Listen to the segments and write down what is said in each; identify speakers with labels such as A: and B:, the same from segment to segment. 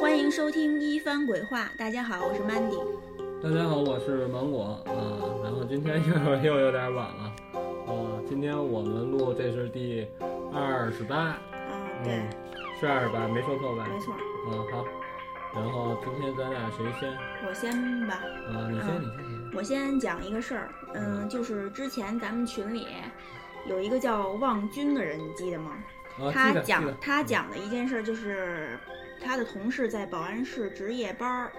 A: 欢迎收听《一番鬼话》，大家好，我是 Mandy。
B: 大家好，我是芒果啊、然后今天又又有点晚了，呃，今天我们录这是第二十八，
A: 啊，对，
B: 嗯，是二十八，没说错吧？
A: 没错，
B: 嗯，好。然后今天咱俩谁先？
A: 我先吧，
B: 啊，你先，你先，你
A: 我先讲一个事儿，嗯、就是之前咱们群里有一个叫望君的人，你记得吗？
B: 先。啊，
A: 他
B: 记得记得
A: 讲他讲的一件事儿就是，他的同事在保安室值夜班儿，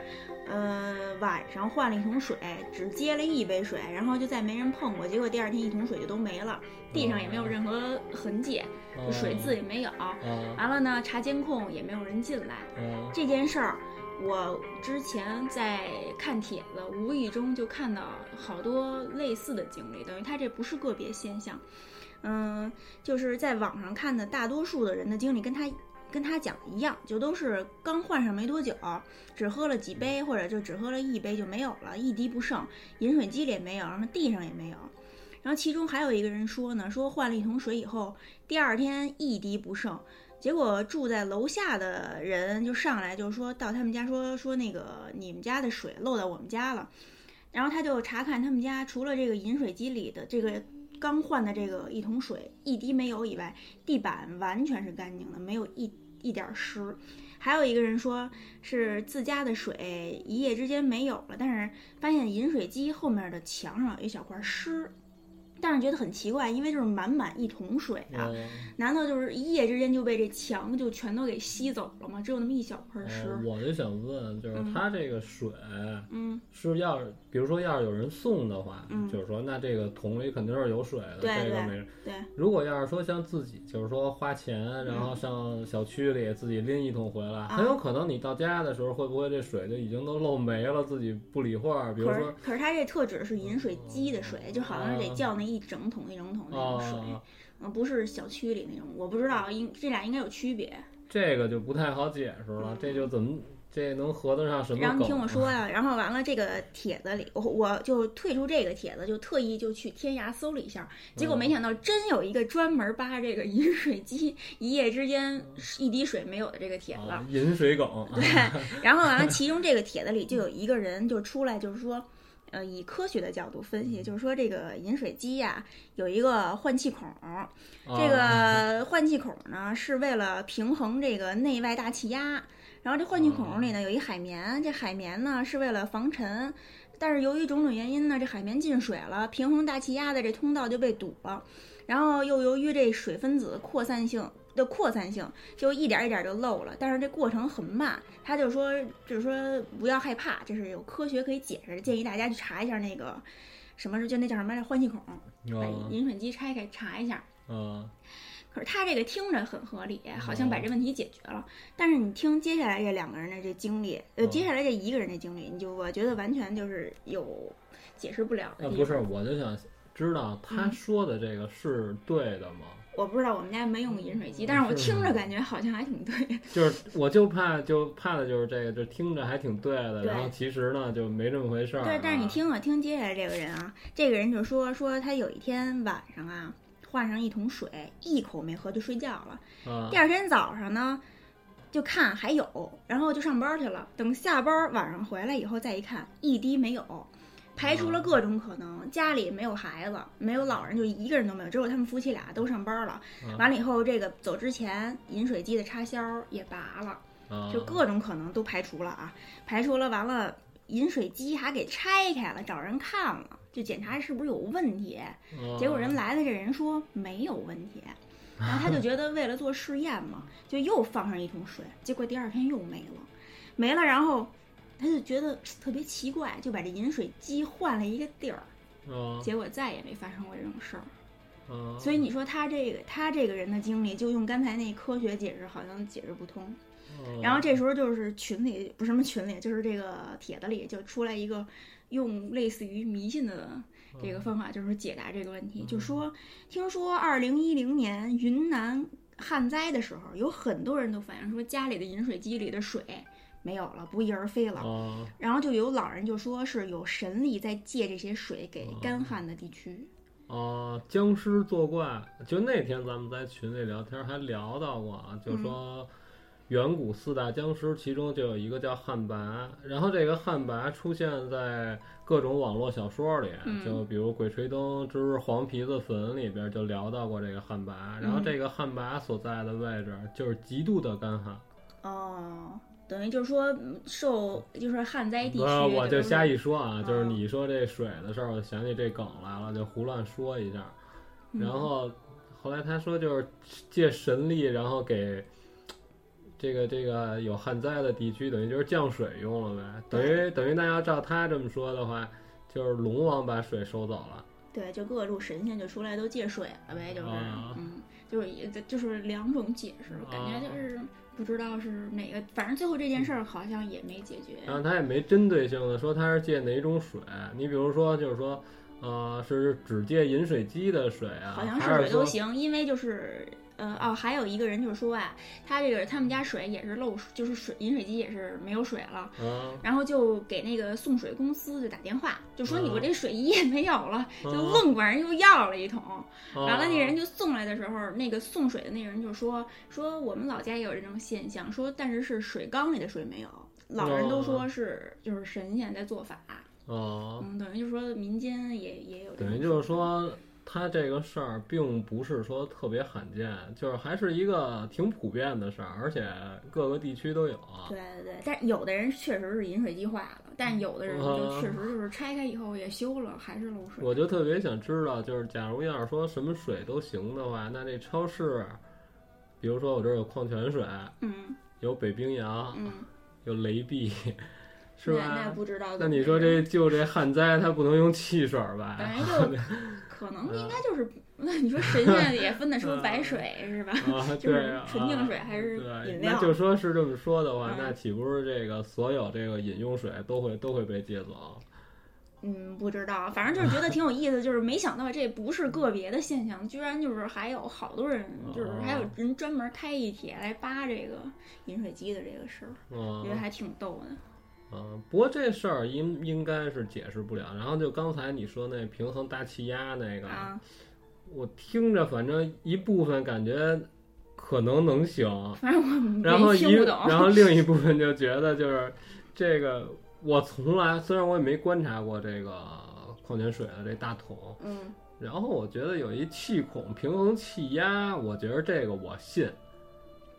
A: 呃，晚上换了一桶水，只接了一杯水，然后就再没人碰过，结果第二天一桶水就都没了，地上也没有任何痕迹，
B: 哦
A: 就水渍也没有。
B: 啊
A: 完了呢，查监控也没有人进来。
B: 啊
A: 这件事儿，我之前在看帖子，无意中就看到好多类似的经历，等于它这不是个别现象。嗯，就是在网上看的，大多数的人的经历跟他跟他讲的一样，就都是刚换上没多久，只喝了几杯，或者就只喝了一杯就没有了，一滴不剩，饮水机里也没有，然后地上也没有。然后其中还有一个人说呢，说换了一桶水以后，第二天一滴不剩，结果住在楼下的人就上来就说到他们家说说那个你们家的水漏到我们家了，然后他就查看他们家除了这个饮水机里的这个刚换的这个一桶水一滴没有以外，地板完全是干净的，没有一一点儿湿。还有一个人说是自家的水一夜之间没有了，但是发现饮水机后面的墙上有一小块湿，但是觉得很奇怪，因为就是满满一桶水啊，
B: 啊！
A: 难道就是一夜之间就被这墙就全都给吸走了吗？只有那么一小块
B: 呃
A: 石。
B: 我就想问，就是
A: 嗯
B: 他这个水
A: 嗯，
B: 是要是，比如说要是有人送的话，
A: 嗯
B: 就是说那这个桶里肯定是有水的，
A: 对
B: 这个
A: 对
B: 没人
A: 对，
B: 如果要是说像自己，就是说花钱，然
A: 嗯
B: 后上小区里自己拎一桶回
A: 啊
B: 来，很有可能你到家的时候，会不会这水就已经都漏没了？自己不理会儿，比如
A: 可是
B: 说
A: 可是它这特指是饮水机的水，就好像是得
B: 啊
A: 叫那一整桶一整桶那种水，
B: 啊，
A: 嗯，不是小区里那种，我不知道，应这俩应该有区别。
B: 这个就不太好解释了，这就怎么这能合得上什么
A: 然后
B: 梗？
A: 嗯
B: 啊
A: 你听我说呀、然后完了这个帖子里，我我就退出这个帖子，就特意就去天涯搜了一下，结果没
B: 嗯
A: 想到真有一个专门扒这个饮水机一夜之间
B: 嗯
A: 一滴水没有的这个帖子。
B: 啊，饮水梗，
A: 对，然后完了，其中这个帖子里就有一个人就出来，就是说，呃，以科学的角度分析，就是说这个饮水机呀、有一个换气孔，这
B: 啊
A: 个换气孔呢是为了平衡这个内外大气压，然后这换气孔里呢有一海绵，这海绵呢是为了防尘。但是由于种种原因呢，这海绵进水了，平衡大气压的这通道就被堵了，然后又由于这水分子扩散性的扩散性，就一点儿一点儿就漏了。但是这过程很慢，他就说，就是说不要害怕，这是有科学可以解释的，建议大家去查一下那个什么是就那叫什么来着换气孔，
B: 哦
A: 把饮水机拆开查一下。
B: 啊啊，
A: 可是他这个听着很合
B: 哦
A: 理，好像把这问题解决了。但是你听接下来这两个人的这经历，呃，
B: 哦
A: 接下来这一个人的经历，你就我觉得完全就是有解释不了的
B: 那
A: 地方。
B: 不是，，我就想知道他说的这个是对的吗？
A: 我不知道我们家没用过饮水机，但是我
B: 嗯是吗啊
A: 听着感觉好像还挺对的。
B: 就是我就怕就怕的就是这个，就听着还挺对的，
A: 对
B: 然后其实呢就没这么回事儿啊。
A: 对，但是你听啊，听接下来这个人啊，这个人就说说他有一天晚上啊，换上一桶水，一口没喝就睡觉了。
B: 啊
A: 第，二天早上呢，就看还有，然后就上班去了。等下班晚上回来以后再一看，一滴没有，排除
B: 啊
A: 了各种可能。家里没有孩子，没有老人，就一个人都没有，只有他们夫妻俩都上班了。
B: 啊
A: 完了以后，这个走之前饮水机的插销也拔了，
B: 啊
A: 就各种可能都排除了啊，排除了完了，饮水机还给拆开了，找人看了，就检查是不是有问题。
B: 啊嗯
A: 结果人来的这人说没有问题，然后他就觉得为了做试验嘛，就又放上一桶水，结果第二天又没了，没了，然后他就觉得特别奇怪，就把这饮水机换了一个地儿，
B: 啊
A: 结果再也没发生过这种事儿。
B: 啊，
A: 所以你说他这个他这个人的经历，就用刚才那科学解释好像解释不通。
B: 嗯
A: 然后这时候就是群里不是什么群里，就是这个帖子里就出来一个用类似于迷信的
B: 嗯
A: 这个方法，就是解答这个问题，就说听说二零一零年云南旱灾的时候，有很多人都反映说家里的饮水机里的水没有了，不翼而飞了。
B: 啊
A: 然后就有老人就说是有神力在借这些水给
B: 嗯
A: 干旱的地区。
B: 啊，僵
A: 嗯
B: 尸作怪，就那天咱们在群里聊天还聊到过啊，就说远古四大僵尸，其中就有一个叫旱魃，然后这个旱魃出现在各种网络小说里，
A: 嗯
B: 就比如《鬼吹灯之黄皮子坟》里边就聊到过这个旱魃，
A: 嗯
B: 然后这个旱魃所在的位置就是极度的干旱，
A: 哦，等于就是说嗯受就是旱灾哎地区，
B: 呃，我就
A: 就
B: 瞎
A: 是
B: 一说啊，就是
A: 啊
B: 你说这水的事儿，我就想起这梗来了，就胡乱说一下。
A: 嗯
B: 然后后来他说，就是借神力，然后给这个这个有旱灾的地区，等于就是降水用了呗。等于等于那要照他这么说的话，就是龙王把水收走了。
A: 对，就各路神仙就出来都借水了呗，就是，
B: 啊
A: 嗯，就是也就是两种解释，感觉就是不知道是哪个，反正最后这件事儿好像也没解决。
B: 然后他也没针对性的说他是借哪种水。你比如说，就是说，呃，是只借饮水机的水啊，
A: 好像
B: 还
A: 水
B: 是
A: 都
B: 说
A: 行，因为就是呃哦，还有一个人就是说啊，他这个他们家水也是漏水，就是水饮水机也是没有水了。
B: 啊，
A: 然后就给那个送水公司就打电话，就说你
B: 啊
A: 我这水一夜没有了，就
B: 啊
A: 愣管人又要了一桶。
B: 完
A: 完了，那人就送来的时候，那个送水的那人就说说我们老家也有这种现象，说但是是水缸里的水没有，老人都说是就是神仙在做法，
B: 哦。
A: 嗯，等于就是说民间也也有这种
B: 等于就是说，它这个事儿并不是说特别罕见，就是还是一个挺普遍的事儿，而且各个地区都有啊。
A: 对对对，但有的人确实是饮水机化了，但有的人就
B: 啊
A: 确实就是拆开以后也修了，还是漏水。
B: 我就特别想知道，就是假如要是说什么水都行的话，那这超市，比如说我这儿有矿泉水，
A: 嗯
B: 有北冰洋，
A: 嗯，
B: 有雷碧，啊是
A: 那那
B: 吧？
A: 不知道怎
B: 那
A: 么
B: 你
A: 样。
B: 说 这就这旱灾，它不能用汽水儿吧？
A: 反正就
B: 嗯
A: 可能应该就是， 那你说神仙也分得出白水是吧？
B: 啊，
A: 就
B: 对
A: 是
B: 啊，
A: 纯净水还是
B: 对，
A: 饮料？
B: 那就说是这么说的话
A: 嗯，
B: 那岂不是这个所有这个饮用水都会都会被借走？
A: 嗯，不知道，反正就是觉得挺有意思，就是没想到这不是个别的现象，居然就是还有好多人，就是还
B: 哦
A: 有人专门开一帖来扒这个饮水机的这个事儿，
B: 啊
A: 觉得还挺逗的。
B: 啊！不过这事儿应应该是解释不了。然后就刚才你说那平衡大气压那个，
A: 啊，
B: 我听着反正一部分感觉可能能行，
A: 反正我嗯没
B: 然后一
A: 听不懂。
B: 然后另一部分就觉得就是这个我从来虽然我也没观察过这个矿泉水的这大桶，
A: 嗯，
B: 然后我觉得有一气孔平衡气压，我觉得这个我信，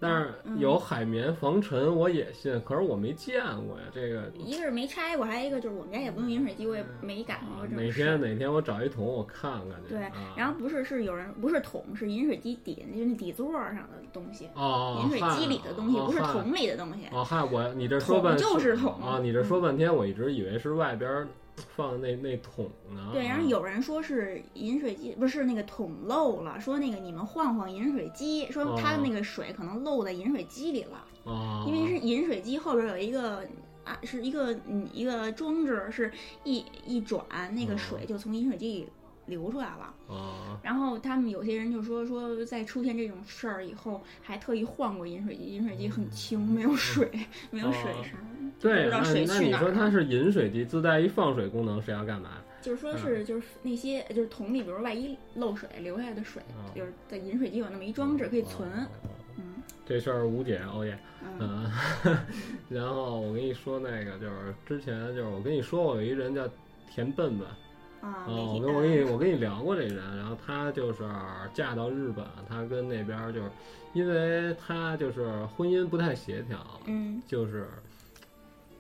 B: 但是
A: 嗯
B: 有海绵防尘我也信，可是我没见过呀，这个
A: 一个是没拆过，还有一个就是我们家也不用饮水机，我也没赶上过这种
B: 啊哪
A: 事
B: 嗯哦天
A: 儿。
B: 哪天我找一桶我看看去。
A: 对
B: 啊，
A: 然后不是是有人不是桶，是饮水机底那就那底座上的东西，
B: 哦，
A: 饮水机里的东西，
B: 哦
A: 不是。
B: 哦
A: 桶里的东西。
B: 哦嗨，我你这说半
A: 桶就是桶嗯
B: 啊！你这说半天，我一直以为是外边儿放那那桶呢。
A: 对，然后有人说是饮水机不是那个桶漏了，说那个你们换换饮水机，说它
B: 哦
A: 那个水可能漏在饮水机里了，
B: 啊，
A: 因为是饮水机后边有一个啊，是一个嗯一个装置，是一一转那个
B: 哦
A: 水就从饮水机里流出来了。
B: 啊
A: 然后他们有些人就说说，在出现这种事儿以后，还特意换过饮水机，饮水机很轻，没有水，没有水
B: 哦
A: 声，
B: 对，
A: 不知道
B: 那
A: 水
B: 那
A: 去
B: 你
A: 哪儿
B: 说
A: 了
B: 它是饮水机，自带一放水功能，是要干嘛？
A: 就是
B: 嗯
A: 说是就是那些就是桶里，比如万一漏水留下来的水，
B: 啊
A: 就是在饮水机有那么一装置可以存。
B: 哦
A: 嗯
B: 这事儿无解，欧耶，
A: 嗯
B: 嗯， 然后我跟你说那个，就是之前就是我跟你说我有一人叫田笨笨，
A: 啊，
B: 啊，我
A: 没
B: 跟我跟你
A: 记
B: 我跟你聊过这人，然后他就是嫁到日本，他跟那边儿就是，因为他就是婚姻不太协调，
A: 嗯
B: 就是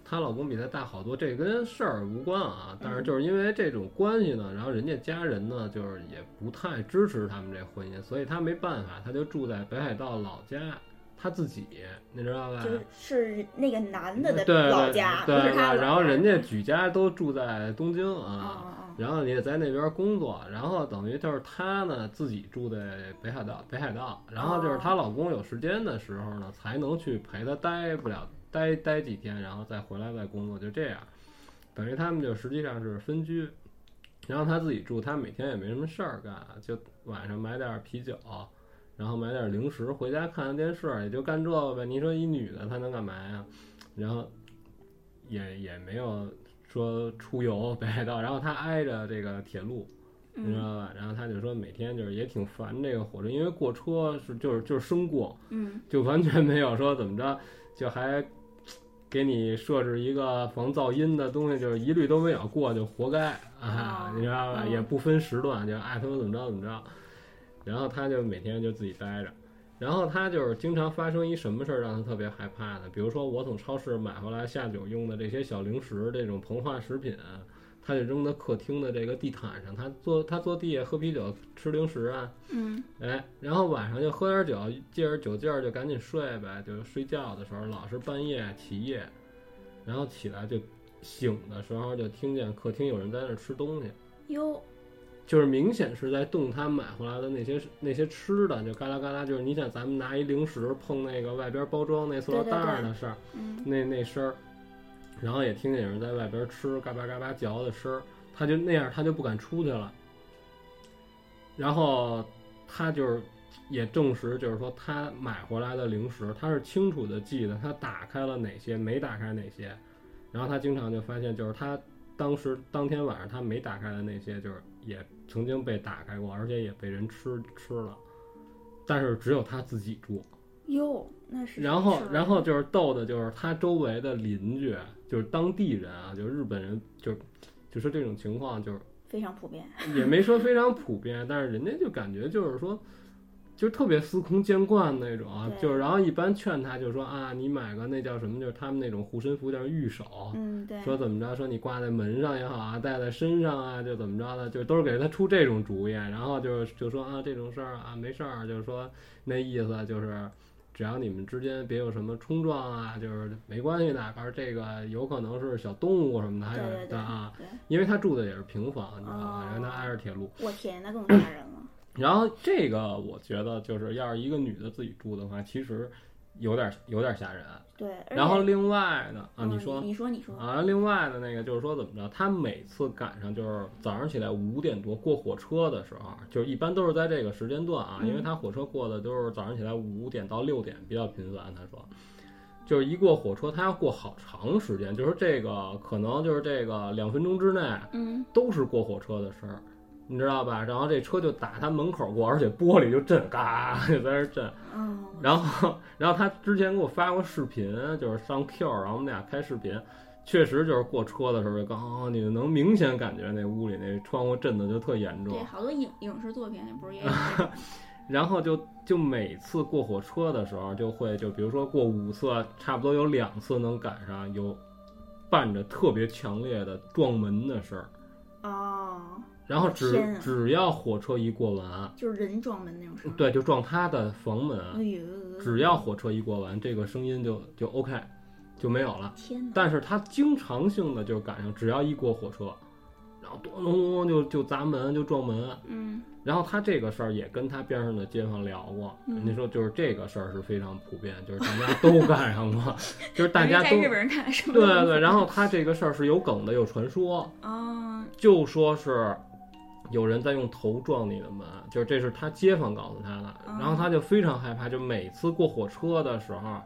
B: 她老公比她大好多，这跟事儿无关啊。但是就是因为这种关系呢，然后人家家人呢，就是也不太支持他们这婚姻，所以她没办法，她就住在北海道老家，她自己，你知道吧？
A: 就是是那个男的的
B: 哎对对
A: 老家，不是
B: 对对，
A: 他老家。嗯
B: 然后人家举家都住在东京
A: 啊
B: 啊。
A: 啊
B: 然后也在那边工作，然后等于就是她呢自己住在北海道，北海道，然后就是她老公有时间的时候呢，才能去陪她待不了，待待几天，然后再回来再工作，就这样，等于他们就实际上是分居。然后她自己住，她每天也没什么事儿干，啊就晚上买点啤酒，然后买点零食，回家看看电视，也就干这个呗。你说一女的她能干嘛呀？然后 也也没有说出游北海道，然后她挨着这个铁路，
A: 啊
B: 你知
A: 嗯
B: 道吧？然后她就说每天就是也挺烦这个火车，因为过车是就是就是生过，
A: 嗯
B: 就完全没有说怎么着，就还给你设置一个防噪音的东西，就是一律都没有过，就活该啊
A: 哦，
B: 你知道吧？
A: 嗯
B: 也不分时段，就爱他们怎么着怎么着。然后他就每天就自己待着，然后他就是经常发生一什么事儿让他特别害怕呢？比如说我从超市买回来下酒用的这些小零食，这种膨化食品。啊他就扔到客厅的这个地毯上，他坐他坐地下喝啤酒吃零食啊，
A: 嗯
B: 哎，然后晚上就喝点酒，借着酒劲儿就赶紧睡呗。就是睡觉的时候老是半夜起夜，然后起来就醒的时候就听见客厅有人在那儿吃东西，
A: 哟，
B: 就是明显是在动他买回来的那些那些吃的，就嘎啦嘎啦。就是你想咱们拿一零食碰那个外边包装那塑料袋儿的事儿，
A: 嗯
B: 那那声儿，然后也听见有人在外边吃嘎巴嘎巴嚼的声儿，他就那样，他就不敢出去了。然后他就是也证实，就是说他买回来的零食，他是清楚的记得他打开了哪些，没打开哪些。然后他经常就发现，就是他当时当天晚上他没打开的那些，就是也曾经被打开过，而且也被人吃吃了，但是只有他自己住。
A: 哟，那是
B: 然后
A: 是，
B: 然后就是逗的，就是他周围的邻居，就是当地人啊，就是日本人，就是就说这种情况，就是
A: 非常普遍，
B: 也没说非常普遍，但是人家就感觉就是说，就是特别司空见惯那种啊，
A: 对
B: 就是然后一般劝他就说啊，你买个那叫什么，就是他们那种护身符叫御守，
A: 嗯对，
B: 说怎么着，说你挂在门上也好啊，戴在身上啊，就怎么着的，就都是给他出这种主意，然后就就说啊这种事儿啊没事儿，就是说那意思啊就是，只要你们之间别有什么冲撞啊，就是没关系的，而这个有可能是小动物什么的，还
A: 对
B: 有
A: 对对
B: 的啊，
A: 对，
B: 因为他住的也是平房，你知道
A: 哦
B: 吗？然后他挨着铁路，
A: 我天，那更吓人了，
B: 然后这个我觉得就是要是一个女的自己住的话，其实有点有点吓人。
A: 对，而
B: 然后
A: 且
B: 另外呢，啊
A: 嗯
B: 你说。
A: 你说你说，
B: 啊，另外的那个就是说怎么着，他每次赶上就是早上起来五点多过火车的时候，啊就是一般都是在这个时间段啊，
A: 嗯
B: 因为他火车过的都是早上起来五点到六点比较频繁。他说，就是一过火车，他要过好长时间，就是这个可能就是这个两分钟之内
A: 嗯
B: 都是过火车的事儿，你知道吧？然后这车就打他门口过，而且玻璃就震，嘎就在那儿震。
A: 嗯，
B: 然后，然后他之前给我发过视频，就是上 Q，然后我们俩开视频，确实就是过车的时候就刚好，你能明显感觉那屋里那窗户震的就特严重
A: 对，。好多影影视作品里不是也有这 种
B: 然后就就每次过火车的时候，就会就比如说过五次，差不多有两次能赶上有伴着特别强烈的撞门的事儿。
A: 哦，
B: 然后只
A: 天啊
B: 只要火车一过完，
A: 就是人撞门那种声，，
B: 对，就撞他的房门。
A: 哎呦，
B: 只要火车一过完，这个声音就就 OK，就没有了。
A: 天哪，
B: 但是他经常性的就赶上，只要一过火车，然后咚咚咚咚就就砸门就撞门。
A: 嗯
B: 然后他这个事儿也跟他边上的街坊聊过，
A: 嗯
B: 人家说就是这个事儿是非常普遍，就是大家都干上过，就是大家
A: 在
B: 都
A: 日本人看来什么
B: 对
A: 都能
B: 对对。然后他这个事儿是有梗的，有传说，
A: 哦，
B: 就说是。有人在用头撞你的门，就是这是他街坊告诉他的，
A: 哦
B: 然后他就非常害怕，就每次过火车的时候，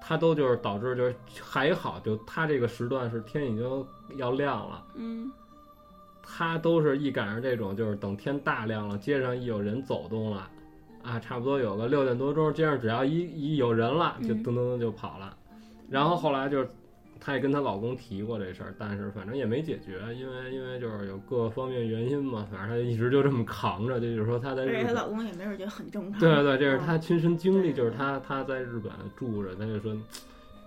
B: 他都就是导致就是还好，就他这个时段是天已经要亮了，
A: 嗯
B: 他都是一赶上这种就是等天大亮了，街上一有人走动了，啊，差不多有个六点多钟，街上只要一一有人了，就
A: 嗯
B: 噔噔噔就跑了。然后后来就是，她也跟她老公提过这事儿，但是反正也没解决，因为因为就是有各方面原因嘛，反正她一直就这么扛着，这就是说她在
A: 而
B: 日
A: 且她
B: 本。
A: 老公也没准觉得很正常。
B: 对对对，这是
A: 嗯
B: 她亲身经
A: 对
B: 历，就是她她在日本住着，她就说，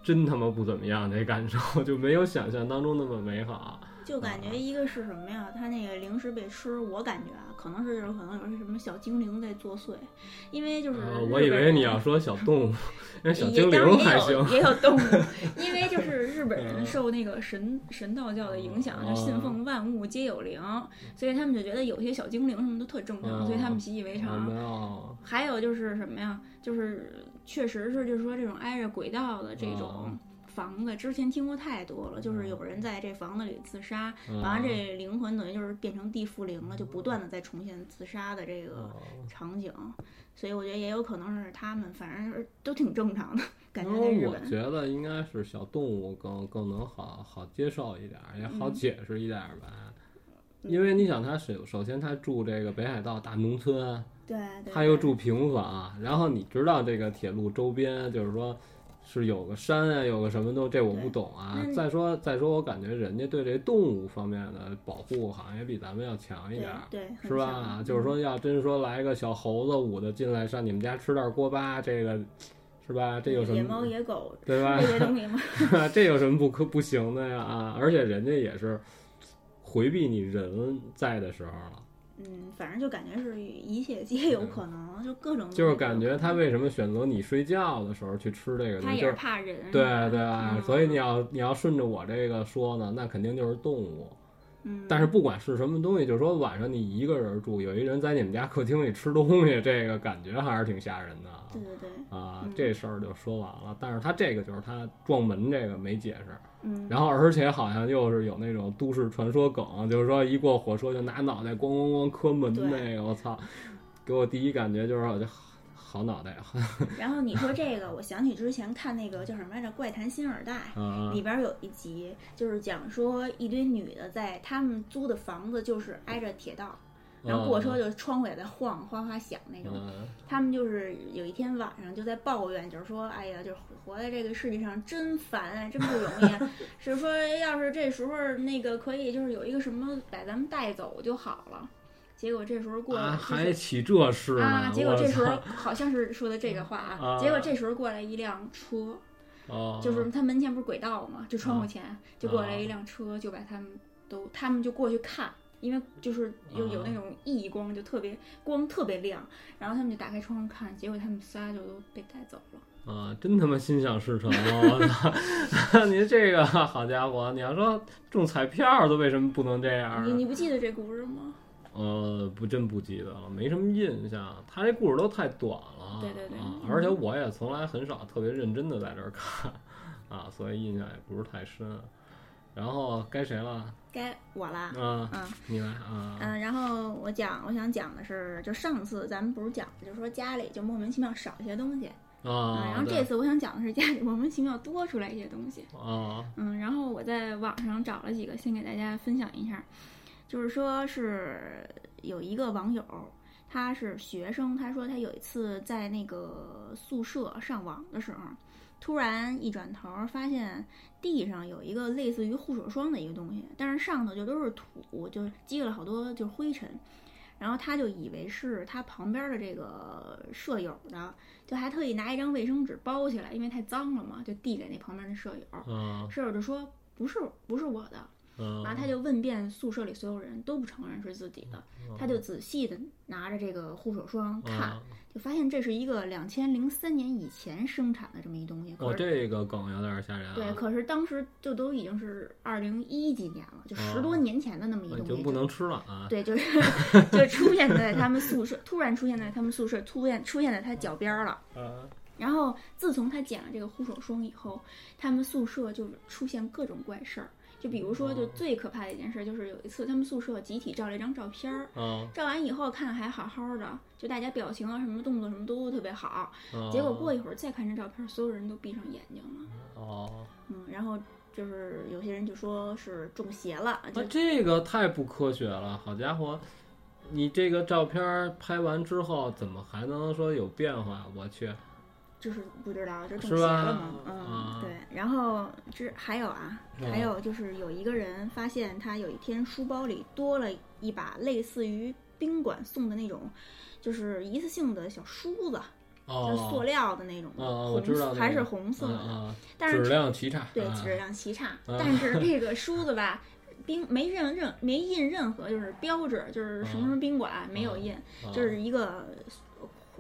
B: 真他妈不怎么样，这感受就没有想象当中那么美好。
A: 就感觉一个是什么呀？他那个零食被吃，我感觉啊，可能是就是可能有什么小精灵在作祟，因为就是、
B: 呃，我以为你要。说小动物，那小精
A: 也当
B: 灵还
A: 然也
B: 行
A: 有。也有 动物，因为就是日本人
B: 嗯哦
A: 受那个神神道教的影响，就信奉万物皆有灵，所以他们就觉得有些小精灵什么都特正常，
B: 嗯
A: 所以他们习以为
B: 啊
A: 常。
B: 没有，
A: 还有就是什么呀？就是确实是，就是说这种挨着轨道的这种
B: 哦
A: 房子，之前听过太多了。就是有人在这房子里自杀，完了
B: 嗯
A: 这灵魂等于就是变成地缚灵了，就不断的在重现自杀的这
B: 哦
A: 个
B: 嗯
A: 场景。所以我觉得也有可能是他们，反正是都挺正常的，感觉在
B: 因为
A: 日
B: 哦我
A: 本。
B: 觉得应该是小动物更更能好好接受一点儿，也好
A: 嗯
B: 解释一点儿吧。因为你想，他首首先他住这个北海道大农村，
A: 对对，
B: 他又住平房，然后你知道这个铁路周边就是说。是有个山啊，有个什么都，这我不懂啊
A: 对那。你
B: 再说再说，我感觉人家对这动物方面的保护好像也比咱们要强一
A: 对
B: 点儿，
A: 对，很嗯
B: 是吧
A: 像？
B: 就是说，要真说来个小猴子捂的进来，上你们家吃点锅巴，这个是吧？这有什
A: 野
B: 么
A: 猫野狗
B: 对吧
A: 这些东西吗？
B: 这有什么不可不行的呀？啊，而且人家也是回避你人在的时候了，
A: 嗯，反正就感觉是一切皆有可能，就各种
B: 就是感觉他为什么选择你睡觉的时候去吃这个
A: 嗯
B: 东
A: 他
B: 西，
A: 也嗯
B: 就是是
A: 怕人，
B: 对
A: 是吧
B: 对吧？所以你要你要顺着我这个说呢，那肯定就是动物。
A: 嗯，
B: 但是不管是什么东西，就是说晚上你一个人住，有一人在你们家客厅里吃东西，这个感觉还是挺吓人的啊。
A: 对对对，
B: 啊
A: 嗯，
B: 这事儿就说完了。但是他这个就是他撞门这个没解释，
A: 嗯，
B: 然后而且好像又是有那种都市传说梗，就是说一过火车就拿脑袋咣咣咣磕门
A: 对
B: 那个，我操！给我第一感觉就是好像好脑袋啊
A: 然后你说这个，我想起之前看那个叫什么来着，《怪谈新耳袋》。
B: 啊
A: 里边有一集，就是讲说一堆女的在他们租的房子就是挨着铁道，然后过车就窗户也在晃，哗哗响那种。
B: 嗯
A: 他们就是有一天晚上就在抱怨，就是说，哎呀，就是活在这个世界上真烦啊，真不容易啊。是说要是这时候那个可以，就是有一个什么把咱们带走就好了。结果这时候过
B: 啊，
A: 了、就是
B: 还起这事
A: 啊
B: 呢！，
A: 结果
B: 我
A: 这时候
B: 操
A: 好像是说的这个话啊，
B: 啊
A: 结果这时候过来一辆车，
B: 哦
A: 就是他门前不是轨道嘛，就窗户前、就过来一辆车，就把他们都，他们就过去看，因为就是有有
B: 啊
A: 那种异光，就特别光特别亮，然后他们就打开窗户看，结果他们仨就都被带走了。
B: 啊，真他妈心想事成！我 操， 您这个好家伙，你要说中彩票都为什么不能这样啊
A: 你
B: 呢？
A: 你不记得这故事吗？
B: 呃，不真不记得了，没什么印象。他这故事都太短了，
A: 对对对嗯
B: 啊，而且我也从来很少特别认真的在这儿看，啊，所以印象也不是太深。然后该谁了？
A: 该我啦。
B: 啊，
A: 嗯
B: 你来啊，
A: 嗯，然后我讲，我想讲的是，就上次咱们不是讲，就是说家里就莫名其妙少一些东西，啊，
B: 啊，
A: 然后这
B: 对
A: 次我想讲的是家里莫名其妙多出来一些东西，
B: 啊，
A: 嗯，然后我在网上找了几个，先给大家分享一下，就是说是有一个网友，他是学生，他说他有一次在那个宿舍上网的时候，突然一转头发现地上有一个类似于护手霜的一个东西，但是上头就都是土，就积了好多就是灰尘。然后他就以为是他旁边的这个舍友的，就还特意拿一张卫生纸包起来，因为太脏了嘛，就递给那旁边的舍友。
B: 啊，
A: 室友就说不是不是我的，
B: 啊，
A: 然后他就问遍宿舍里所有人都不承认是自己的，
B: 哦
A: 他就仔细的拿着这个护手霜看，
B: 啊，
A: 就发现这是一个两千零三年以前生产的这么一东西，
B: 我
A: 可是。
B: 哦这个梗有点吓人啊，
A: 对，可是当时就都已经是二零一几年了，就十
B: 哦
A: 多年前的那么一
B: 那
A: 东
B: 就
A: 西，
B: 不能吃了啊。
A: 对，就是 就出现在他们宿舍，突然出现在他们宿舍，突然出现在他脚边儿了。
B: 啊
A: 然后自从他捡了这个护手霜以后，他们宿舍就出现各种怪事儿。就比如说，就最可怕的一件事，就是有一次他们宿舍集体照了一张照片儿，
B: 啊！
A: 照完以后看还好好的，就大家表情啊、什么动作什么都特别好。
B: 啊
A: 结果过一会儿再看这照片儿，所有人都闭上眼睛了。
B: 哦，
A: 嗯，然后就是有些人就说是中邪了，就
B: 那这个太不科学了，好家伙！你这个照片儿拍完之后，怎么还能说有变化？我去，
A: 就是不知道，就中
B: 是
A: 邪
B: 吧
A: 了嘛，嗯，
B: 啊
A: 对。然后这还有啊，
B: 嗯
A: 还有就是有一个人发现他有一天书包里多了一把类似于宾馆送的那种，就是一次性的小梳子，就是塑
B: 哦，
A: 料的那种，
B: 啊啊
A: 红
B: 我知道那个
A: 还是红色的，
B: 啊
A: 但
B: 啊，
A: 是
B: 质量极差，
A: 对
B: 啊
A: 质量极差。
B: 啊
A: 但是这个梳子吧，宾没任任没印任何就是标志，就是什么什
B: 嗯
A: 么宾馆、没有印，
B: 啊
A: 就是一个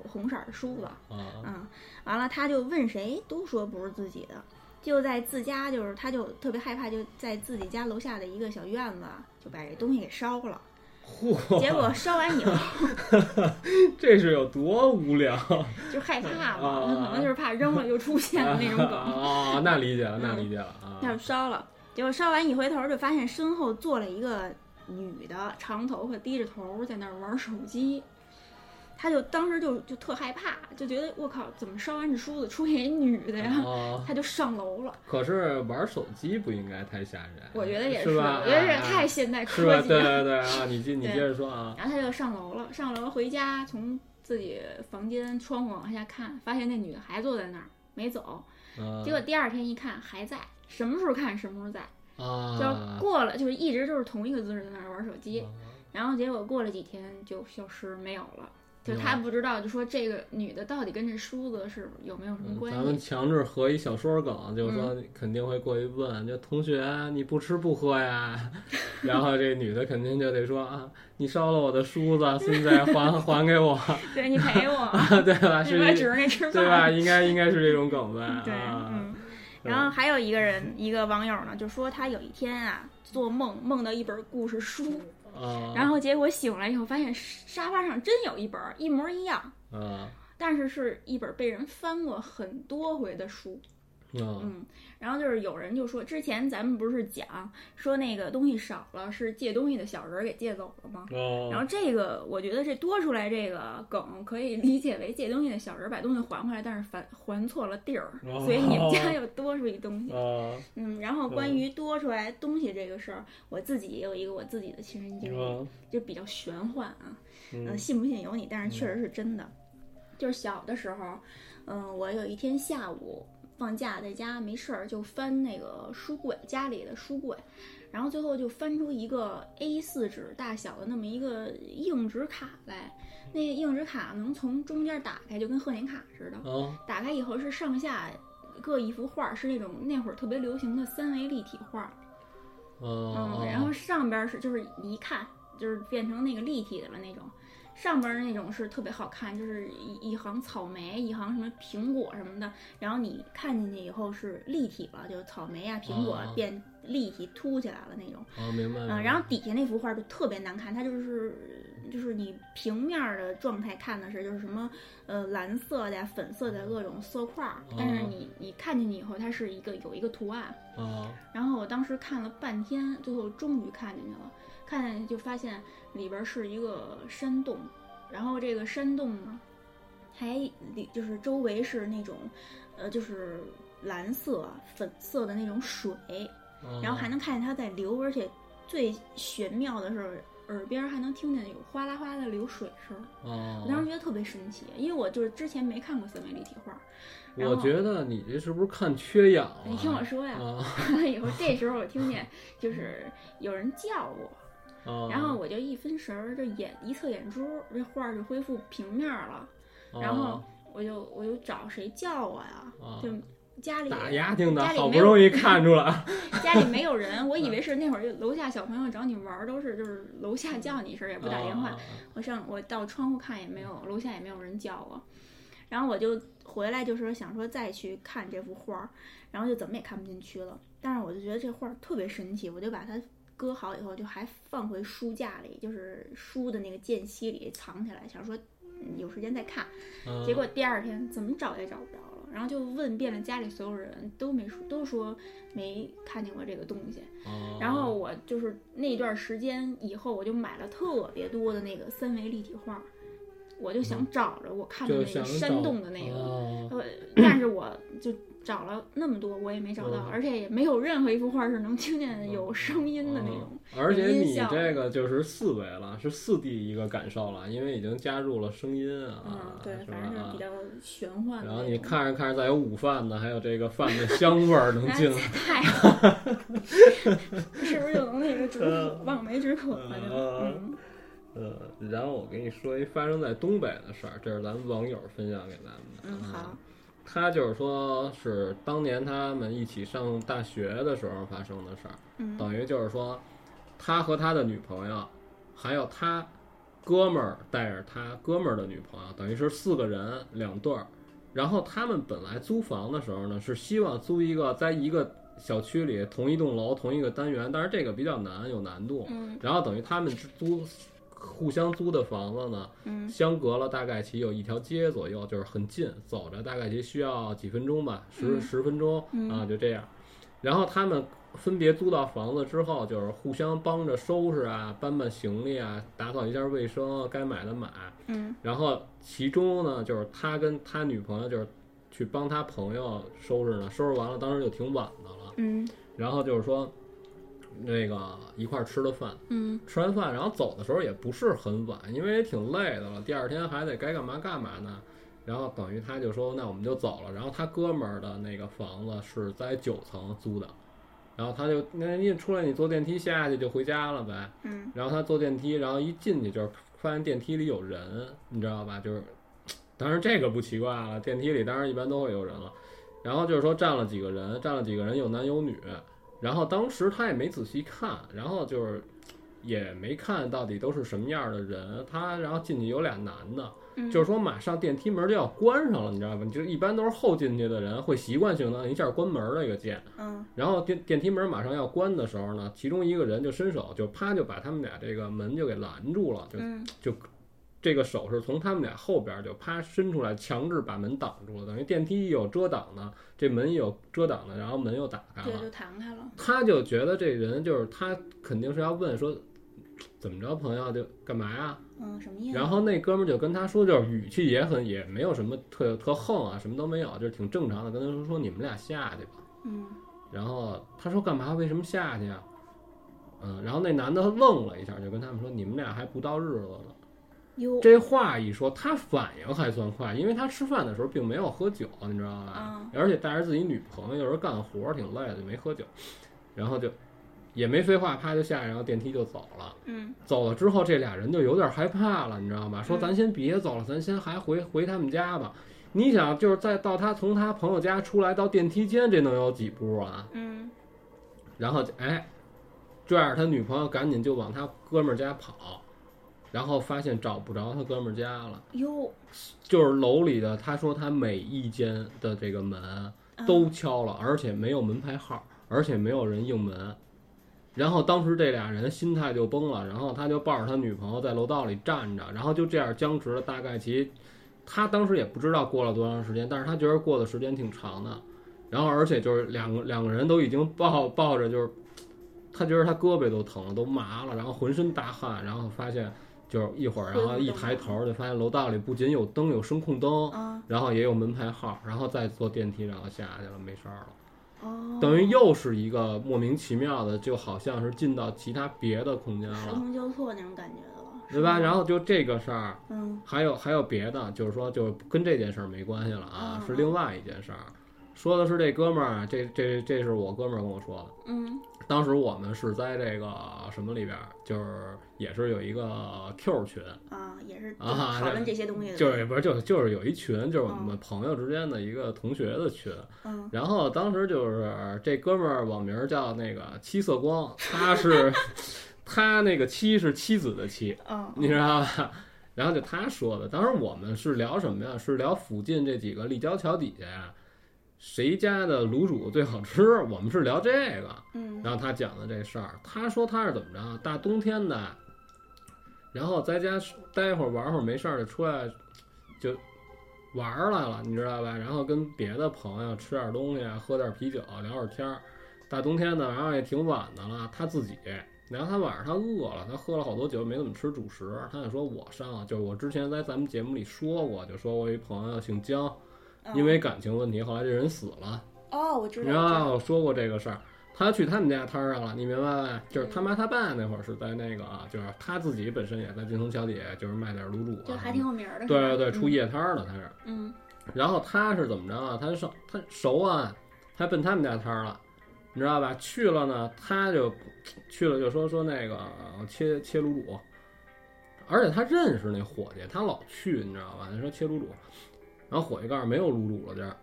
A: 红色儿的梳子。
B: 啊
A: 嗯，完了他就问谁都说不是自己的，就在自家就是他就特别害怕，就在自己家楼下的一个小院子就把这东西给烧了。
B: 嚯，
A: 结果烧完以后
B: 这是有多无聊
A: 就害怕
B: 啊
A: 嘛，他可能就是怕扔了又出现的那种梗，
B: 啊！那理解了，
A: 嗯
B: 那理解了
A: 他
B: 啊
A: 就烧了。结果烧完一回头就发现身后坐了一个女的，长头发低着头在那儿玩手机。她就当时就就特害怕，就觉得我靠，怎么烧完这梳子出现一女的呀？
B: 啊，
A: 她就上楼了。
B: 可是玩手机不应该太吓人，
A: 我觉得也
B: 是，吧？
A: 我觉得
B: 哎
A: 这
B: 哎
A: 太现代
B: 是
A: 科
B: 吧？
A: 技
B: 对
A: 了。
B: 对对啊，你接你接着说啊，
A: 然后他就上楼了，上楼回家，从自己房间窗户往下看，发现那女的还坐在那儿没走。
B: 嗯
A: 结果第二天一看还在，什么时候看什么时候在，就是
B: 啊，
A: 过了，就是一直就是同一个姿势在那儿玩手机。
B: 啊
A: 然后结果过了几天就消失没有了，就
B: 嗯
A: 他不知道，就说这个女的到底跟这梳子是有没有什么
B: 嗯
A: 关
B: 咱
A: 系？嗯
B: 们强制合一小说梗，就是说肯定会过去问，就同学你不吃不喝呀， 然后这女的肯定就得说啊，你烧了我的梳子，现在还 还给我，
A: 对你陪我，
B: 对吧？
A: 你
B: 是
A: 妈
B: 一
A: 指着那吃
B: 对吧？
A: 饭。
B: 应该应该是这种梗呗
A: 对，
B: 啊，
A: 嗯。然后还有一个人，一个网友呢，就说他有一天啊做梦梦到一本故事书，
B: 啊，
A: 然后结果醒来以后，发现沙发上真有一本儿一模一样，
B: 啊
A: 但是是一本被人翻过很多回的书。
B: 啊
A: 嗯，然后就是有人就说，之前咱们不是讲说那个东西少了，是借东西的小人儿给借走了吗？然
B: 哦
A: 后这个，我觉得这多出来这个梗可以理解为借东西的小人儿把东西还回来，但是还还错了地儿，
B: 哦
A: 所以你们家又多出一东西。
B: 啊，
A: 嗯，然后关于多出来东西这个事儿，我自己也有一个我自己的亲身
B: 是
A: 经历，
B: 吧？
A: 就比较玄幻啊。嗯，
B: 嗯
A: 信不信由你，但是确实是真的。就是小的时候，嗯，我有一天下午放假在家没事儿，就翻那个书柜，家里的书柜，然后最后就翻出一个 A 4纸大小的那么一个硬纸卡来。那硬纸卡能从中间打开，就跟贺年卡似的。
B: 啊
A: 打开以后是上下各一幅画，是那种那会儿特别流行的三维立体画。嗯，然
B: 啊
A: 后上边儿是就是你一看就是变成那个立体的了那种，上边儿那种是特别好看，就是一一行草莓，一行什么苹果什么的，然后你看进去以后是立体了，就是草莓啊苹果
B: 哦
A: 变立体凸起来了那种。
B: 啊，明白。明
A: 嗯，
B: 白
A: 然后底下那幅画就特别难看，它就是就是你平面儿的状态看的是就是什么呃蓝色的呀、粉色的各种色块儿，但是
B: 哦
A: 你你看进去以后，它是一个有一个图案，
B: 啊
A: 然后我当时看了半天，最后终于看进去了。看进去就发现里边儿是一个山洞，然后这个山洞呢，还里就是周围是那种，呃，就是蓝色、粉色的那种水，
B: 啊，
A: 然后还能看见它在流，而且最玄妙的是。耳边儿还能听见有哗啦哗啦的流水声，
B: 啊
A: 我，当时觉得特别神奇，因为我就是之前没看过三维立体
B: 哦
A: 画。然
B: 我
A: 后哎
B: 觉得你这是不是看缺氧了？
A: 你听我说呀，
B: 啊
A: 看完以后，这时候我听见就是有人叫我，
B: 啊，
A: 然后我就一分神儿，这眼一侧眼珠儿，这画儿就恢复平面儿了。
B: 哦
A: 然后我就我就找谁叫我呀？
B: 啊
A: 就家里
B: 打压听的，
A: 哎家里
B: 好
A: 没
B: 不
A: 有
B: 容易看出来
A: 家里没有人，我以为是那会儿就楼下小朋友找你玩儿，都是就是楼下叫你一声儿也 不打电话。
B: 啊
A: 我上我到窗户看也没有，楼下也没有人叫我，然后我就回来就说想说再去看这幅画儿，然后就怎么也看不进去了。但是我就觉得这画儿特别神奇，我就把它搁好以后，就还放回书架里，就是书的那个间隙里藏起来，想说嗯有时间再看。
B: 啊
A: 结果第二天怎么找也找不着了，然后就问遍了家里所有人都没说，都说没看见过这个东西。
B: 啊
A: 然后我就是那段时间以后，我就买了特别多的那个三维立体画，我就想找着我看的
B: 嗯
A: 那
B: 就
A: 个
B: 想哦啊
A: 山洞的那个，
B: 个，
A: 呃，但是我就找了那么多，我也没找到，
B: 嗯
A: 而且也没有任何一幅画是能听见
B: 哦
A: 有声音的那
B: 啊
A: 种。
B: 而且
A: 音
B: 你
A: 效
B: 这个就是四维了，是四 D 一个感受了，因为已经加入了声音
A: 嗯
B: 啊，，
A: 对，
B: 是吧
A: 反正就是比较玄幻的那种。
B: 然后你看着看着，再有午饭呢，还有这个饭的香味儿 能
A: 哎，
B: 进来。
A: 太好了，是不是就能那个止渴，望梅止渴了就？嗯
B: 嗯呃，然后我跟你说一发生在东北的事儿，这是咱们网友分享给咱们的。
A: 嗯，
B: 啊
A: 好，
B: 他就是说，是当年他们一起上大学的时候发生的事儿，
A: 嗯
B: 等于就是说，他和他的女朋友，还有他哥们儿带着他哥们儿的女朋友，等于是四个人两对儿。然后他们本来租房的时候呢，是希望租一个在一个小区里同一栋楼同一个单元，但是这个比较难，有难度。
A: 嗯
B: 然后等于他们租互相租的房子呢，
A: 嗯
B: 相隔了大概其有一条街左右，就是很近，走着大概其需要几分钟吧，十
A: 嗯
B: 十分钟
A: 嗯
B: 啊，就这样。然后他们分别租到房子之后，就是互相帮着收拾啊、搬搬行李啊、打扫一下卫生，该买的买。
A: 嗯
B: 然后其中呢，就是他跟他女朋友就是去帮他朋友收拾呢，收拾完了当时就挺晚的了。
A: 嗯
B: 然后就是说，那个一块儿吃的饭，
A: 嗯
B: 吃完饭然后走的时候也不是很晚，因为也挺累的了，第二天还得该干嘛干嘛呢。然后等于他就说，那我们就走了。然后他哥们儿的那个房子是在九层租的，然后他就那你出来你坐电梯下去就回家了呗。
A: 嗯
B: 然后他坐电梯，然后一进去就是发现电梯里有人，你知道吧？就是，当然这个不奇怪了，电梯里当然一般都会有人了。然后就是说站了几个人，站了几个人，有男有女。然后当时他也没仔细看，然后就是也没看到底都是什么样的人。他然后进去有俩男的，
A: 嗯，
B: 就是说马上电梯门就要关上了，你知道吧？就是一般都是后进去的人会习惯性的按一下关门的一个键。
A: 嗯
B: 然后电电梯门马上要关的时候呢，其中一个人就伸手就啪就把他们俩这个门就给拦住了，就
A: 嗯
B: 这个手是从他们俩后边就啪伸出来，强制把门挡住了，等于电梯一有遮挡呢，这门一有遮挡呢，然后门又打开
A: 对，
B: 了
A: 就。弹开了。
B: 他就觉得这人就是他肯定是要问说怎么着朋友就干嘛呀？
A: 嗯，什么意思？
B: 然后那哥们儿就跟他说，就是语气也很也没有什么特特横啊，什么都没有，就是挺正常的，跟他说说你们俩下去吧。
A: 嗯
B: 然后他说干嘛？为什么下去啊？嗯，然后那男的愣了一下，就跟他们说：“你们俩还不到日子呢。
A: 哟”
B: 这话一说，他反应还算快，因为他吃饭的时候并没有喝酒，你知道吧
A: 嗯？
B: 而且带着自己女朋友，有时候干活儿挺累的，就没喝酒，然后就也没废话，啪就下，然后电梯就走了。
A: 嗯
B: 走了之后，这俩人就有点害怕了，你知道吗？说
A: 嗯
B: 咱先别走了，咱先还回回他们家吧。你想，就是再到他从他朋友家出来到电梯间，这能有几步啊？
A: 嗯
B: 然后哎，拽着他女朋友赶紧就往他哥们儿家跑，然后发现找不着他哥们儿家了，
A: 哟，
B: 就是楼里的，他说他每一间的这个门
A: 嗯
B: 都敲了，而且没有门牌号，而且没有人应门。然后当时这俩人心态就崩了，然后他就抱着他女朋友在楼道里站着，然后就这样僵持了大概其，他当时也不知道过了多长时间，但是他觉得过的时间挺长的，然后而且就是两个两个人都已经抱抱着，就是他觉得他胳膊都疼了，都麻了，然后浑身大汗，然后发现就是一会儿，然后一抬头就发现楼道里不仅有灯，有声控灯，
A: 嗯
B: 然后也有门牌号，然后再坐电梯，然后下去了，没事儿了。
A: 哦，
B: 等于又是一个莫名其妙的，就好像是进到其他别的空间
A: 时
B: 了，
A: 空交错那种感觉的了，
B: 对吧？
A: 是吗
B: 然后就这个事儿，
A: 嗯
B: 还有还有别的，就是说就跟这件事儿没关系了啊，
A: 嗯
B: 是另外一件事儿。说的是这哥们儿啊，这这这是我哥们儿跟我说的。
A: 嗯
B: 当时我们是在这个什么里边儿，就是也是有一个 Q 群，
A: 啊，也是就
B: 啊
A: 讨论这些东西的，
B: 就是也不是就是就是有一群，就是我们
A: 嗯
B: 朋友之间的一个同学的群。
A: 嗯
B: 然后当时就是这哥们儿网名儿叫那个七色光，他是他那个七是妻子的妻，
A: 嗯
B: 你知道吧？然后就他说的，当时我们是聊什么呀？是聊附近这几个立交桥底下呀，谁家的卤煮最好吃？我们是聊这个。
A: 嗯
B: 然后他讲的这事儿，他说他是怎么着，大冬天的，然后在家待会儿玩会儿没事儿就出来就玩儿来了，你知道吧？然后跟别的朋友吃点东西啊，喝点啤酒，聊会儿天儿。大冬天的，然后也挺晚的了，他自己。然后他晚上他饿了，他喝了好多酒，没怎么吃主食。他就说我上，就是我之前在咱们节目里说过，就说我有一朋友姓姜，
A: 嗯，
B: 因为感情问题，后来这人死了。
A: 哦，我知道，
B: 然
A: 我知道
B: 后说过这个事儿，他去他们家摊儿上了，你明白呗？就是他妈他爸那会儿是在那个啊，就是他自己本身也在金虹桥底下，就是卖点卤煮啊什
A: 就
B: 么
A: 还
B: 的，
A: 挺嗯有名儿的，
B: 对
A: 是
B: 对
A: 吧
B: 对，出夜摊儿的他是。
A: 嗯
B: 然后他是怎么着啊？他上他熟啊，他奔他们家摊儿了，你知道吧？去了呢，他就去了就说说那个呃切切卤煮，而且他认识那伙计，他老去，你知道吧？他说切卤煮，然后伙计告诉没有卤煮了，这儿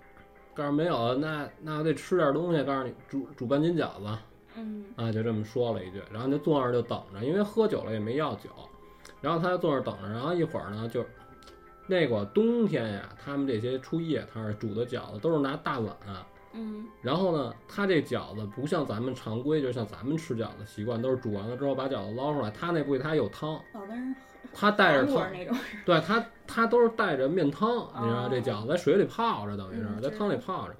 B: 告诉没有，那那我得吃点东西，告诉你煮煮半斤饺子，
A: 嗯
B: 啊，就这么说了一句，然后就坐那儿就等着，因为喝酒了也没要酒，然后他就坐那儿等着，然后一会儿呢，就那个冬天呀，他们这些出夜摊儿煮的饺子都是拿大碗、啊
A: 嗯
B: 然后呢，他这饺子不像咱们常规，就像咱们吃饺子习惯，都是煮完了之后把饺子捞出来，他那不，他有汤，
A: 老跟人
B: 他带
A: 韩
B: 着
A: 国
B: 汤，
A: 那种，
B: 对他，他都是带着面汤，你知道、这饺子在水里泡着，等于是
A: 哦嗯
B: 在
A: 知
B: 汤里泡着。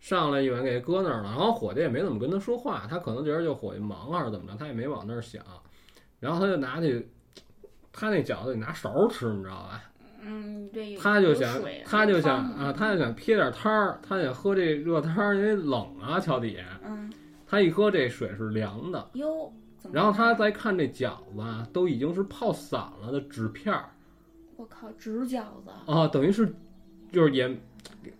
B: 上来一碗给搁那儿了，然后伙计也没怎么跟他说话，他可能觉得就伙计忙还是怎么着，他也没往那儿想，然后他就拿起他那饺子得拿勺吃，你知道吧？
A: 嗯，对，有
B: 他就
A: 有
B: 想
A: 水啊，
B: 他
A: 有
B: 就想
A: 汤
B: 啊，他就想撇点汤儿，他想喝这热汤儿，因为冷啊，桥底下，
A: 嗯，
B: 他一喝这水是凉的，
A: 哟，怎么
B: 然后他再看这饺子啊都已经是泡散了的纸片儿
A: 我靠，纸饺子，
B: 啊，等于是就是也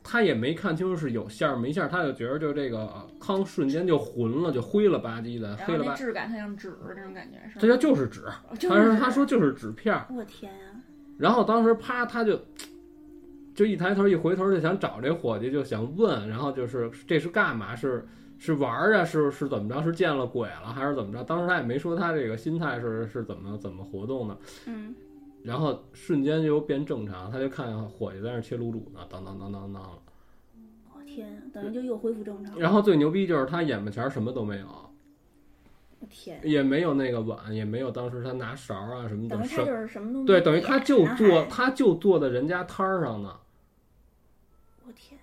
B: 他也没看清是有馅儿没馅儿，他就觉得就这个汤瞬间就浑了，就灰了吧唧的，
A: 然
B: 黑
A: 后那
B: 了吧，
A: 质感它像纸那种感觉是吧？
B: 这就就是纸，
A: 哦就
B: 他说
A: 是
B: 他说就是纸片儿，
A: 我天啊，
B: 然后当时啪他就。就一抬头一回头就想找这伙计，就想问，然后就是这是干嘛？是是玩儿啊？是是怎么着？是见了鬼了还是怎么着？当时他也没说他这个心态是是怎么怎么活动的。
A: 嗯，
B: 然后瞬间就又变正常，他就看伙计在那儿切卤煮呢，当当当当当了。
A: 我天啊，等于就又恢复正常了，
B: 然后最牛逼就是他眼巴前儿什么都没有，
A: 我天，啊
B: 也没有那个碗，也没有当时他拿勺啊什么
A: 等
B: 的，
A: 于他就是什么都没
B: 对，等于他就
A: 点
B: 坐
A: 然后还
B: 他就坐在人家摊儿上呢。
A: 我天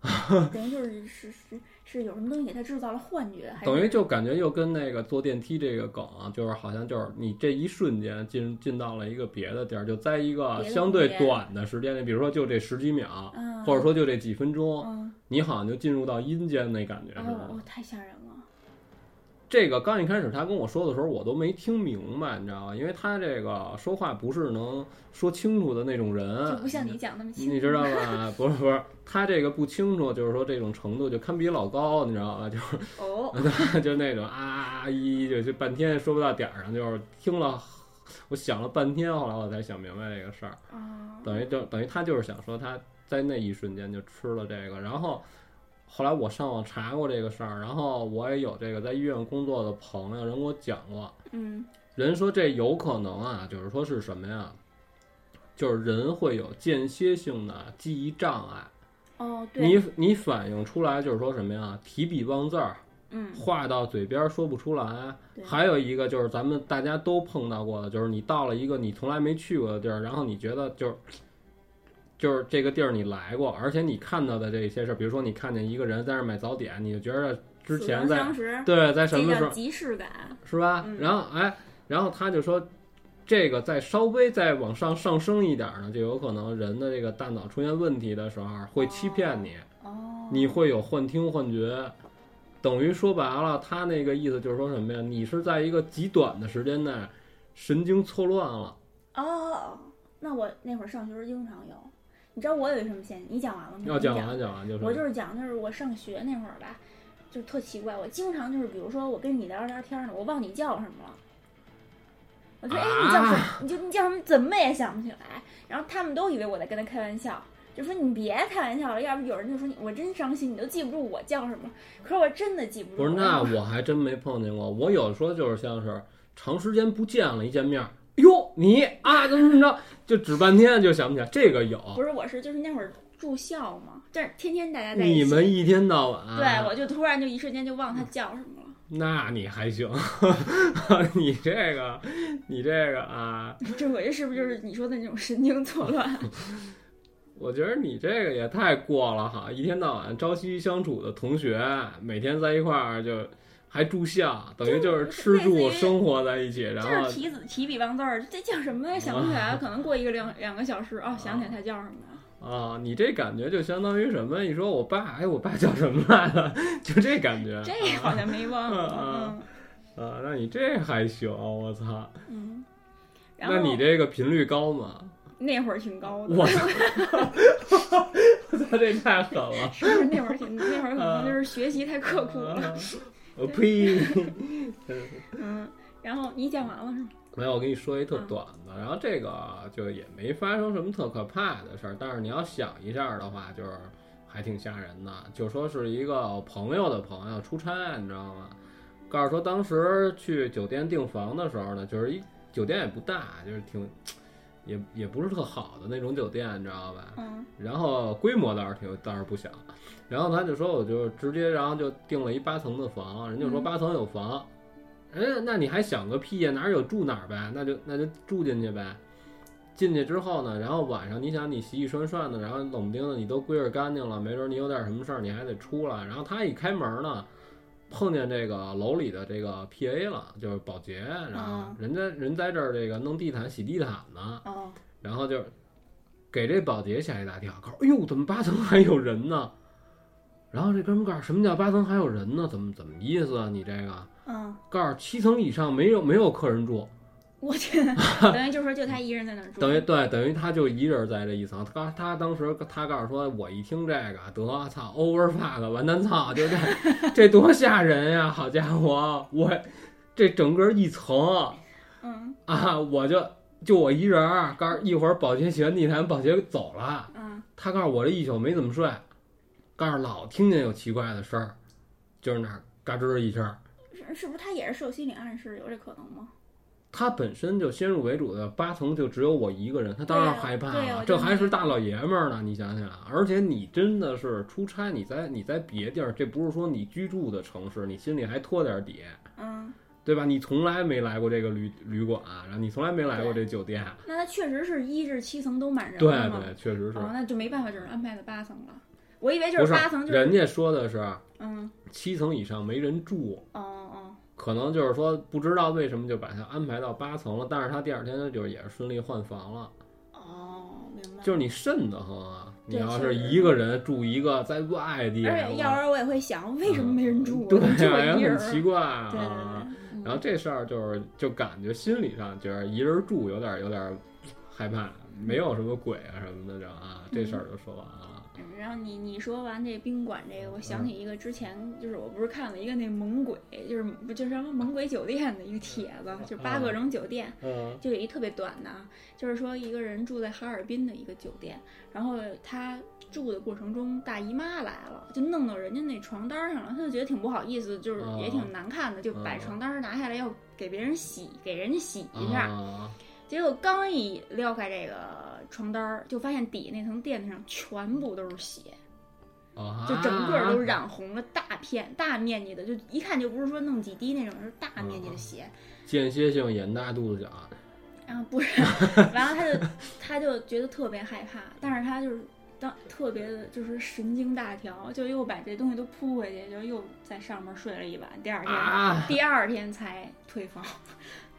A: 啊， 等于就是是是是有什么东西给他制造了幻觉，还是
B: 等于就感觉又跟那个坐电梯这个梗啊，就是好像就是你这一瞬间进进到了一个别的地儿，就在一个
A: 别的
B: 相对
A: 空间
B: 短的时间内，比如说就这十几秒，
A: 嗯，
B: 或者说就这几分钟，
A: 嗯，
B: 你好像就进入到阴间那感觉似的
A: 哦。哦，太吓人了，
B: 这个刚一开始他跟我说的时候，我都没听明白，你知道吗？因为他这个说话不是能说清楚的那种人，
A: 就不像你讲那么清楚，
B: 嗯你知道吧？不是不是，他这个不清楚，就是说这种程度就堪比老高，你知道吧？就
A: 哦，
B: 是就那种啊啊啊一就就半天说不到点儿上，就是听了，我想了半天，后来我才想明白这个事儿。
A: 啊，
B: 等于就等于他就是想说他在那一瞬间就吃了这个，然后后来我上网查过这个事儿，然后我也有这个在医院工作的朋友人给我讲过，
A: 嗯，
B: 人说这有可能啊，就是说是什么呀？就是人会有间歇性的记忆障碍，
A: 哦，对，
B: 你你反映出来就是说什么呀？提笔忘字儿，
A: 嗯，
B: 话到嘴边儿说不出来。
A: 对，
B: 还有一个就是咱们大家都碰到过的，就是你到了一个你从来没去过的地儿，然后你觉得就是就是这个地儿你来过，而且你看到的这些事儿，比如说你看见一个人在那儿买早点，你就觉得之
A: 死
B: 前
A: 亡
B: 在
A: 相识，
B: 对在什
A: 这
B: 么时
A: 叫
B: 候
A: 即视感，
B: 是吧？
A: 嗯
B: 然后哎，然后他就说。这个再稍微再往上上升一点儿呢，就有可能人的这个大脑出现问题的时候会欺骗你，
A: 哦，
B: 你会有幻听幻觉，等于说白了，他那个意思就是说什么呀？你是在一个极短的时间内神经错乱了，
A: 哦，那我那会儿上学时候经常有，你知道我有一什么现象？你讲完了吗？
B: 要
A: 你
B: 哦讲完讲完就是。
A: 我就是讲，就是我上学那会儿吧，就特奇怪，我经常就是，比如说我跟你聊着聊天呢，我忘你叫什么了。我说，哎，你叫什么？
B: 啊
A: 你就你叫什么？怎么也想不起来。然后他们都以为我在跟他开玩笑，就说你别开玩笑了，要不有人就说你我真伤心，你都记不住我叫什么。可是我真的记不住。
B: 不是，那我还真没碰见过。我有时候就是像是长时间不见了，一见面，哟，你啊，怎么怎么着，就指半天就想不起来。这个有，
A: 不是，我是就是那会儿住校嘛，但是天天大家在一起。
B: 你们一啊天到晚，
A: 对，我就突然就一瞬间就忘他叫什么了。
B: 那你还行， 你这个，你这个啊，
A: 这我这是不是就是你说的那种神经错乱？
B: 我觉得你这个也太过了哈！一天到晚朝夕相处的同学，每天在一块儿就还住校，等于就是吃
A: 类似
B: 住
A: 于
B: 生活在一起，然
A: 就
B: 后
A: 是提子提笔忘字儿，这叫什么
B: 哦
A: 呀？想不起来，可能过一个两两个小时，哦，想起来他叫什么了。
B: 啊，你这感觉就相当于什么？你说我爸，哎，我爸叫什么来了？ 就这感觉。
A: 这好像没忘。
B: 啊
A: 嗯
B: 啊，那你这还行，我操！
A: 嗯。然后
B: 那你这个频率高吗？
A: 那会儿挺高的，
B: 我 操！ 我操，这太狠了！
A: 是不是那会儿挺那会 儿可能就是学习太刻苦了。
B: 啊我呸！
A: 嗯，然后你讲完了是吗？
B: 没有，我跟你说一特
A: 嗯
B: 短的，然后这个就也没发生什么特可怕的事儿，但是你要想一下的话，就是还挺吓人的。就说是一个我朋友的朋友出差，你知道吗？告诉说当时去酒店订房的时候呢，就是一酒店也不大，就是挺也也不是特好的那种酒店，你知道吧？
A: 嗯
B: 然后规模倒是挺倒是不小，然后他就说我就直接然后就订了一八层的房，人家说
A: 嗯
B: 八层有房，哎、那你还想个屁呀？哪儿有住哪儿呗，那就那就住进去呗。进去之后呢，然后晚上你想你洗洗涮涮的，然后冷不丁的你都归置干净了，没准你有点什么事儿你还得出来。然后他一开门呢，碰见这个楼里的这个 PA 了，就是保洁，然后
A: 嗯
B: 人家人在这儿这个弄地毯洗地毯呢，
A: 哦，
B: 然后就给这保洁吓一大跳，告诉哎呦怎么八层还有人呢？然后这哥们告诉什么叫八层还有人呢？怎么怎么意思啊？你这个
A: 嗯，
B: 告诉七层以上没有没有客人住，
A: 我天， 等于就是说就他一人在那儿住，
B: 等于对，等于他就一人在这一层。他他当时他告诉说，我一听这个，得操，over fuck，完蛋操，就这这多吓人呀！好家伙，我这整个一层
A: 嗯
B: 啊，我就就我一人儿。告诉一会儿保洁洗完地毯，保洁走了，
A: 嗯，
B: 他告诉我这一宿没怎么睡，告诉老听见有奇怪的声儿，就是那儿嘎吱一声儿。
A: 是是不是他也是受心理暗示，有这可能吗？
B: 他本身就先入为主的八层就只有我一个人，他当然害怕
A: 对啊对啊
B: 了
A: 我。
B: 这
A: 就
B: 还是大老爷们儿呢，你想想，而且你真的是出差，你在你在别地儿，这不是说你居住的城市，你心里还托点底，
A: 嗯，
B: 对吧？你从来没来过这个旅旅馆，然后你从来没来过这酒店，
A: 那他确实是一至七层都满人
B: 对
A: 了嘛，
B: 对，确实是。
A: 哦，那就没办法，只能安排到八层了。我以为就
B: 不
A: 是八层，就是
B: 人家说的是
A: 嗯，
B: 七层以上没人住，
A: 哦哦，
B: 可能就是说不知道为什么就把他安排到八层了，但是他第二天就是也是顺利换房了。
A: 哦，明白。
B: 就是你瘆得慌啊！你
A: 对
B: 要
A: 确
B: 是
A: 实
B: 一个人住一个在外地，
A: 而且要
B: 我
A: 是我也会想，为什么没人住啊？
B: 嗯对
A: 我就
B: 呀，
A: 我一
B: 也
A: 人
B: 很
A: 儿。
B: 奇怪
A: 对对嗯
B: 啊。
A: 对，
B: 然后
A: 后
B: 这事儿就是就感觉心理上觉得一人住有点有点害怕，没有什么鬼啊什么的这啊，这事儿就说完了。啊
A: 然后你你说完这宾馆这个，我想起一个之前就是我不是看了一个那猛鬼，就是不就是什么猛鬼酒店的一个帖子，就是八
B: 啊
A: 各种酒店，
B: 嗯
A: 就有一特别短的，啊，就是说一个人住在哈尔滨的一个酒店，然后他住的过程中大姨妈来了，就弄到人家那床单上了，他就觉得挺不好意思，就是
B: 哦
A: 也挺难看的，就把
B: 嗯
A: 床单拿下来要给别人洗，给人家洗一下。
B: 啊，
A: 结果刚一撩开这个床单儿，就发现底那层垫子上全部都是血，
B: 啊
A: 就整个都染红了，大片大面积的，就一看就不是说弄几滴那种，是大面积
B: 嗯
A: 的血。
B: 间歇性眼大肚子小，啊
A: 然后不 是，然后他就他就觉得特别害怕，但是他就是当特别的就是神经大条，就又把这东西都扑回去，就又在上面睡了一晚，第二天、
B: 啊嗯
A: 第二天才退房。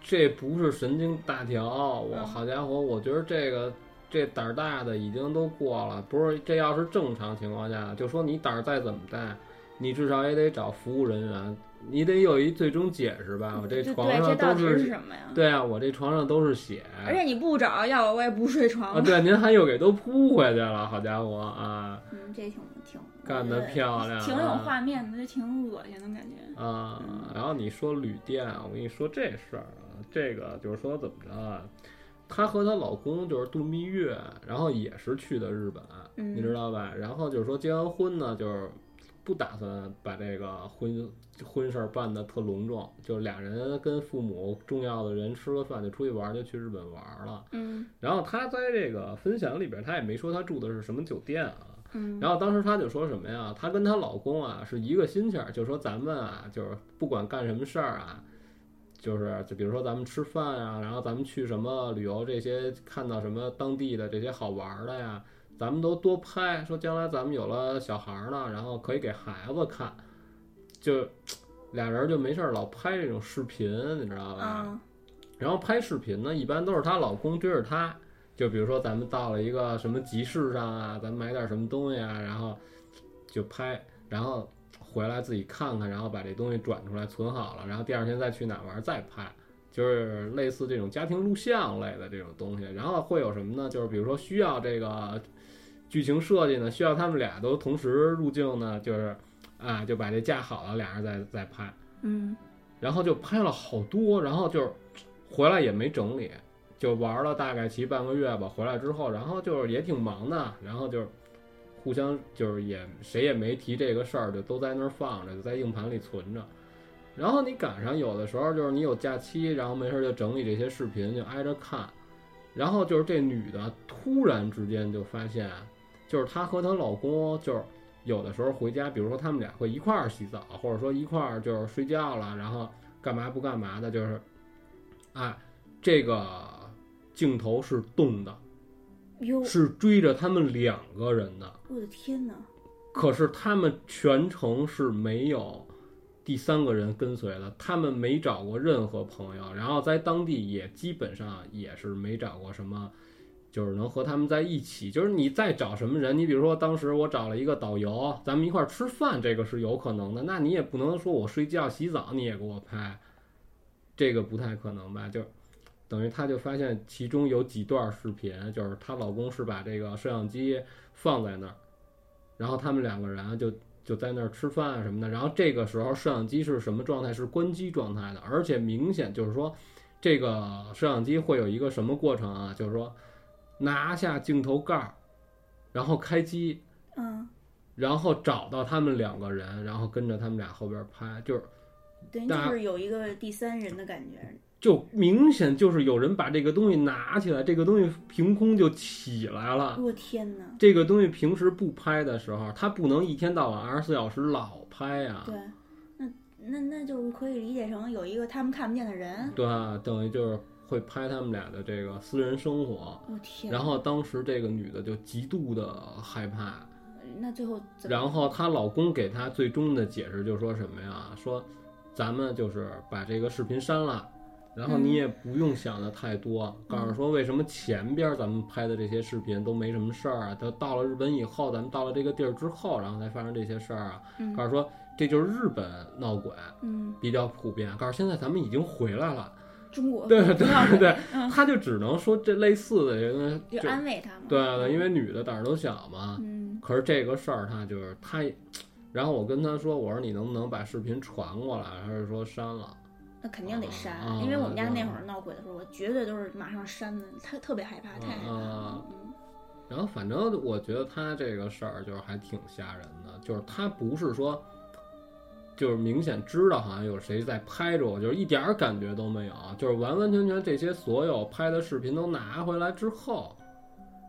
B: 这不是神经大条，我
A: 嗯
B: 好家伙，我觉得这个这胆儿大的已经都过了，不是这要是正常情况下，就说你胆儿再怎么大，你至少也得找服务人员，你得有一最终解释吧。我这
A: 就
B: 床
A: 对，这
B: 上
A: 到
B: 都
A: 底
B: 是
A: 是
B: 血，
A: 什么呀？
B: 对啊，我这床上都是血。
A: 而且你不找，要我我也不睡床
B: 啊，
A: 了。
B: 对，您还又给都扑回去了，好家伙啊
A: 嗯，这挺挺
B: 干得漂亮啊
A: 呃挺有画面的，就挺恶心的感觉。
B: 啊！然后你说旅店，我跟你说这事儿啊，这个就是说怎么着啊，她和她老公就是度蜜月，然后也是去的日本，
A: 嗯
B: 你知道吧？然后就是说结完婚呢，就是不打算把这个婚婚事儿办得特隆重，就是俩人跟父母重要的人吃个饭就出去玩儿，就去日本玩儿了。
A: 嗯
B: 然后她在这个分享里边，她也没说她住的是什么酒店啊。
A: 嗯
B: 然后当时她就说什么呀？她跟她老公啊是一个心气儿，就说咱们啊，就是不管干什么事儿啊，就是就比如说咱们吃饭啊，然后咱们去什么旅游这些，看到什么当地的这些好玩儿的呀，咱们都多拍。说将来咱们有了小孩儿呢，然后可以给孩子看，就俩人就没事儿老拍这种视频，你知道吧？
A: 啊
B: 然后拍视频呢，一般都是她老公追着她，就比如说咱们到了一个什么集市上啊，咱们买点什么东西啊，然后就拍，然后回来自己看看，然后把这东西转出来存好了，然后第二天再去哪儿玩再拍，就是类似这种家庭录像类的这种东西。然后会有什么呢？就是比如说需要这个剧情设计呢，需要他们俩都同时入镜呢，就是啊就把这架好了，俩人再再拍。
A: 嗯
B: 然后就拍了好多，然后就是回来也没整理，就玩了大概其半个月吧。回来之后，然后就是也挺忙的，然后就是互相就是也谁也没提这个事儿，就都在那儿放着，就在硬盘里存着。然后你赶上有的时候就是你有假期，然后没事儿就整理这些视频，就挨着看。然后就是这女的突然之间就发现，就是她和她老公就是有的时候回家，比如说他们俩会一块儿洗澡，或者说一块儿就是睡哎觉了，然后干嘛不干嘛的，就是，啊，这个镜头是动的，
A: 哟，
B: 是追着他们两个人的，
A: 我的天哪！
B: 可是他们全程是没有第三个人跟随的，他们没找过任何朋友，然后在当地也基本上也是没找过什么，就是能和他们在一起。就是你再找什么人，你比如说当时我找了一个导游，咱们一块儿吃饭，这个是有可能的。那你也不能说我睡觉洗澡你也给我拍，这个不太可能吧？就等于她就发现其中有几段视频，就是她老公是把这个摄像机放在那儿，然后他们两个人啊就就在那儿吃饭啊什么的。然后这个时候摄像机是什么状态？是关机状态的，而且明显就是说，这个摄像机会有一个什么过程啊？就是说拿下镜头盖儿，然后开机，
A: 嗯，
B: 然后找到他们两个人，然后跟着他们俩后边拍，就是。
A: 等于
B: 大
A: 就是有一个第三人的感觉。
B: 就明显就是有人把这个东西拿起来，这个东西凭空就起来了。
A: 我天哪！
B: 这个东西平时不拍的时候，它不能一天到晚二十四小时老拍啊呀、
A: 对，那那那就是可以理解成有一个他们看不见的人。
B: 对啊，等于就是会拍他们俩的这个私人生活。
A: 我天！
B: 嗯然后当时这个女的就极度的害怕，
A: 那最后怎么？
B: 然后她老公给她最终的解释就说什么呀？说咱们就是把这个视频删了，然后
A: 嗯
B: 你也不用想的太多，告诉说为什么前边咱们拍的这些视频都没什么事儿啊？都到了日本以后，咱们到了这个地儿之后，然后才发生这些事儿啊。
A: 嗯
B: 告诉说这就是日本闹鬼
A: 嗯，
B: 比较普遍。告诉现在咱们已经回来了，
A: 中国
B: 对
A: 不要
B: 对对
A: 嗯，
B: 她就只能说这类似的这个
A: 就安慰他嘛。
B: 对啊对，因为女的胆儿都小嘛。
A: 嗯
B: 可是这个事儿，他就是他，然后我跟他说，我说你能不能把视频传过来，还是说删了？
A: 嗯，那肯定得删，
B: 啊啊
A: 因为我们家
B: 啊
A: 那会儿闹鬼的时候，我绝对都是马上删的，他特别害怕，太害怕了嗯
B: 啊。然后反正我觉得他这个事儿就是还挺吓人的，就是他不是说，就是明显知道好像有谁在拍着我，就是一点儿感觉都没有，就是完完全全这些所有拍的视频都拿回来之后，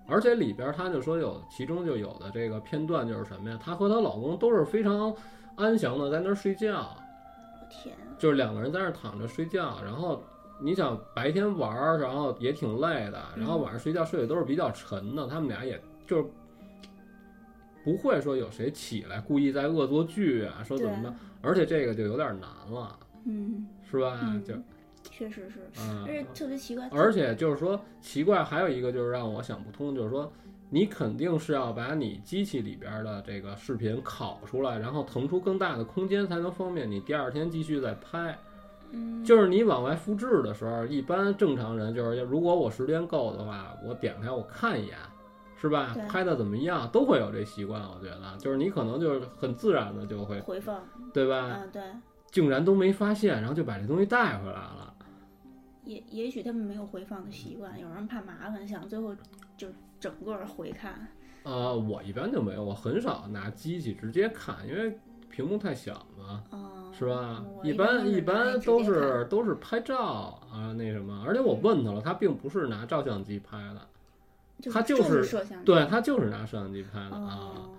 B: 而且里边儿他就说有其中就有的这个片段就是什么呀，她和她老公都是非常安详的在那儿睡觉。
A: 嗯我天啊，
B: 就是两个人在那儿躺着睡觉，然后你想白天玩儿，然后也挺累的，然后晚上睡觉睡得都是比较沉的，他们俩也就是不会说有谁起来故意在恶作剧啊，说怎么着，而且这个就有点难了，
A: 嗯，
B: 是吧？
A: 嗯
B: 就
A: 确实是，而且
B: 嗯，
A: 特别奇怪，
B: 而且就是说奇怪，还有一个就是让我想不通，就是说。你肯定是要把你机器里边的这个视频拷出来，然后腾出更大的空间，才能方便你第二天继续再拍。
A: 嗯，
B: 就是你往外复制的时候，一般正常人就是，要如果我时间够的话，我点开我看一眼，是吧
A: 对？嗯
B: 拍的怎么样，都会有这习惯。我觉得，就是你可能就是很自然的就会，
A: 回放，
B: 对吧？
A: 啊，对，
B: 竟然都没发现，然后就把这东西带回来了。
A: 也也许他们没有回放的习惯，有人怕麻烦，想最后就整个儿回看。
B: 呃，我一般就没有，我很少拿机器直接看，因为屏幕太小嘛，
A: 嗯，
B: 是吧？
A: 我
B: 一
A: 一般
B: 般一般都
A: 都是拿那直接嗯
B: 是都是拍照啊那什么，而且我问他了，他并不是拿照相机拍的，
A: 就
B: 他就
A: 重视
B: 是
A: 摄像头。
B: 对他就是拿摄像机拍的啊。
A: 哦，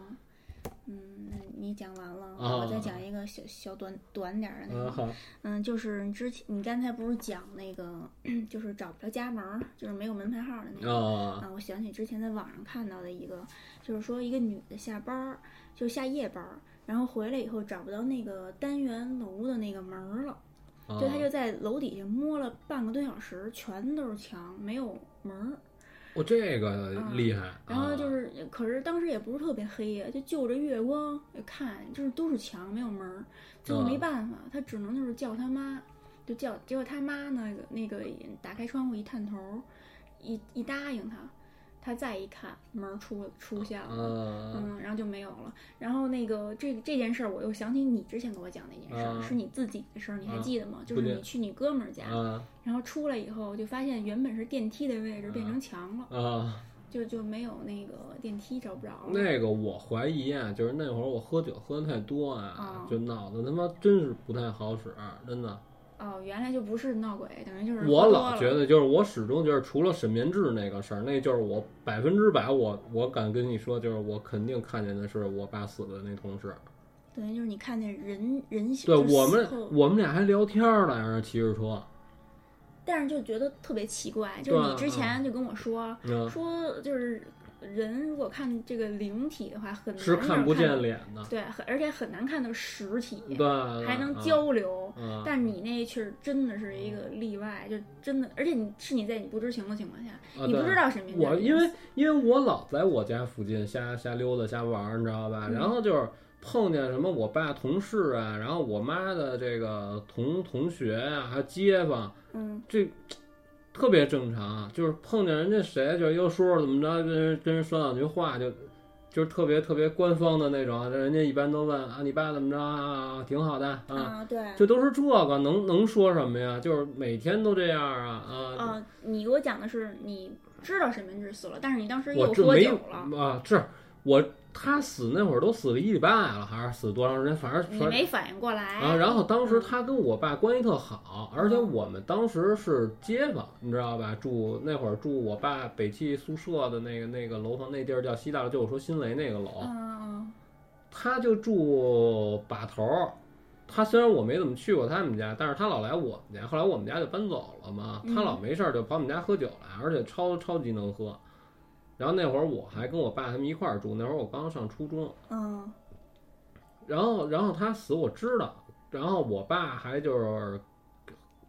A: 嗯，那你讲完了，
B: 啊
A: 我再讲一个小小短短点儿的那
B: 嗯
A: 个。
B: 好，
A: 嗯，就是你之前你刚才不是讲那个， 就是找不着家门儿，就是没有门牌号的那个。
B: 啊
A: 啊，我想起之前在网上看到的一个，就是说一个女的下班儿，就下夜班儿，然后回来以后找不到那个单元楼的那个门儿了，
B: 啊
A: 就她就在楼底下摸了半个多小时，全都是墙，没有门儿。
B: 我哦这个厉害，
A: 嗯然后就
B: 啊
A: 是，可是当时也不是特别黑呀，就就着月光看，就是都是墙没有门儿，最后没
B: 嗯
A: 办法，他只能就是叫他妈，就叫，结果他妈那个那个也打开窗户一探头儿，一一答应他，他再一看门儿出出现了。
B: 啊
A: 嗯，然后就没有了。然后那个这这件事儿，我又想起你之前给我讲那件事儿，
B: 嗯
A: 是你自己的事儿，你还
B: 嗯
A: 记得吗？就
B: 不
A: 是
B: 记
A: 你
B: 得
A: 去你哥们儿家，
B: 啊
A: 然后出来以后就发现原本是电梯的位置
B: 嗯
A: 变成墙了。
B: 啊！
A: 就就没有那个电梯找不着了。
B: 那个我怀疑啊，就是那会儿我喝酒喝的太多啊
A: 啊，
B: 就脑子他妈真是不太好使，真的。
A: 哦，原来就不是闹鬼，等于就是
B: 我
A: 嗯喝多
B: 老
A: 了
B: 觉得就是我始终就是除了沈眠志那个事儿，那就是我百分之百我我敢跟你说，就是我肯定看见的是我爸死的那同事。
A: 等于就是你看见人人形，
B: 对
A: 就是
B: 我
A: 死
B: 们
A: 后
B: 我们俩还聊天儿来着，骑着车。
A: 但是就觉得特别奇怪，就是你之前就跟我说
B: 嗯，
A: 说呃就是人如果看这个灵体的话，很难
B: 是看
A: 让
B: 不见
A: 到，
B: 脸的，
A: 对，很而且很难看到实体，
B: 对，对
A: 还能，交流。
B: 嗯
A: 但你那确实真的是一个例外，就真的，而且你是你在你不知情的情况下，
B: 啊
A: 你不
B: 对
A: 知道神明教
B: 我
A: 这
B: 因
A: 东
B: 为
A: 西
B: 因为我老在我家附近瞎瞎溜达瞎玩儿，你知道吧？然后就是碰见什么我爸同事啊，然后我妈的这个同同学啊，还有街坊，
A: 嗯
B: 这特别正常。就是碰见人家谁，就是又说说怎么着，跟人跟人说两句话，就就是特别特别官方的那种。人家一般都问啊，你爸怎么着啊？挺好的啊，
A: 啊对。
B: 就都是这个，能能说什么呀？就是每天都这样啊啊！
A: 啊，你给我讲的是你知道神明之死了，但是你当时
B: 我
A: 又
B: 这
A: 喝
B: 没
A: 酒了，
B: 啊，是我他死那会儿都死了一礼拜了，还是死多长时间？反正
A: 你
B: 反正
A: 没嗯反应过来
B: 啊，然后当时他跟我爸关系特好，而且
A: 嗯
B: 我们当时是街坊，你知道吧？住那会儿住我爸北汽宿舍的那个那个楼房，那地儿叫西大楼，就我说新雷那个楼，
A: 嗯
B: 他就住把头儿。他虽然我没怎么去过他们家，但是他老来我们家，后来我们家就搬走了嘛。
A: 嗯
B: 他老没事儿就跑我们家喝酒来，而且超超级能喝。然后那会儿我还跟我爸他们一块儿住，那会儿我刚上初中，
A: 嗯
B: 然后，然后他死我知道，然后我爸还就是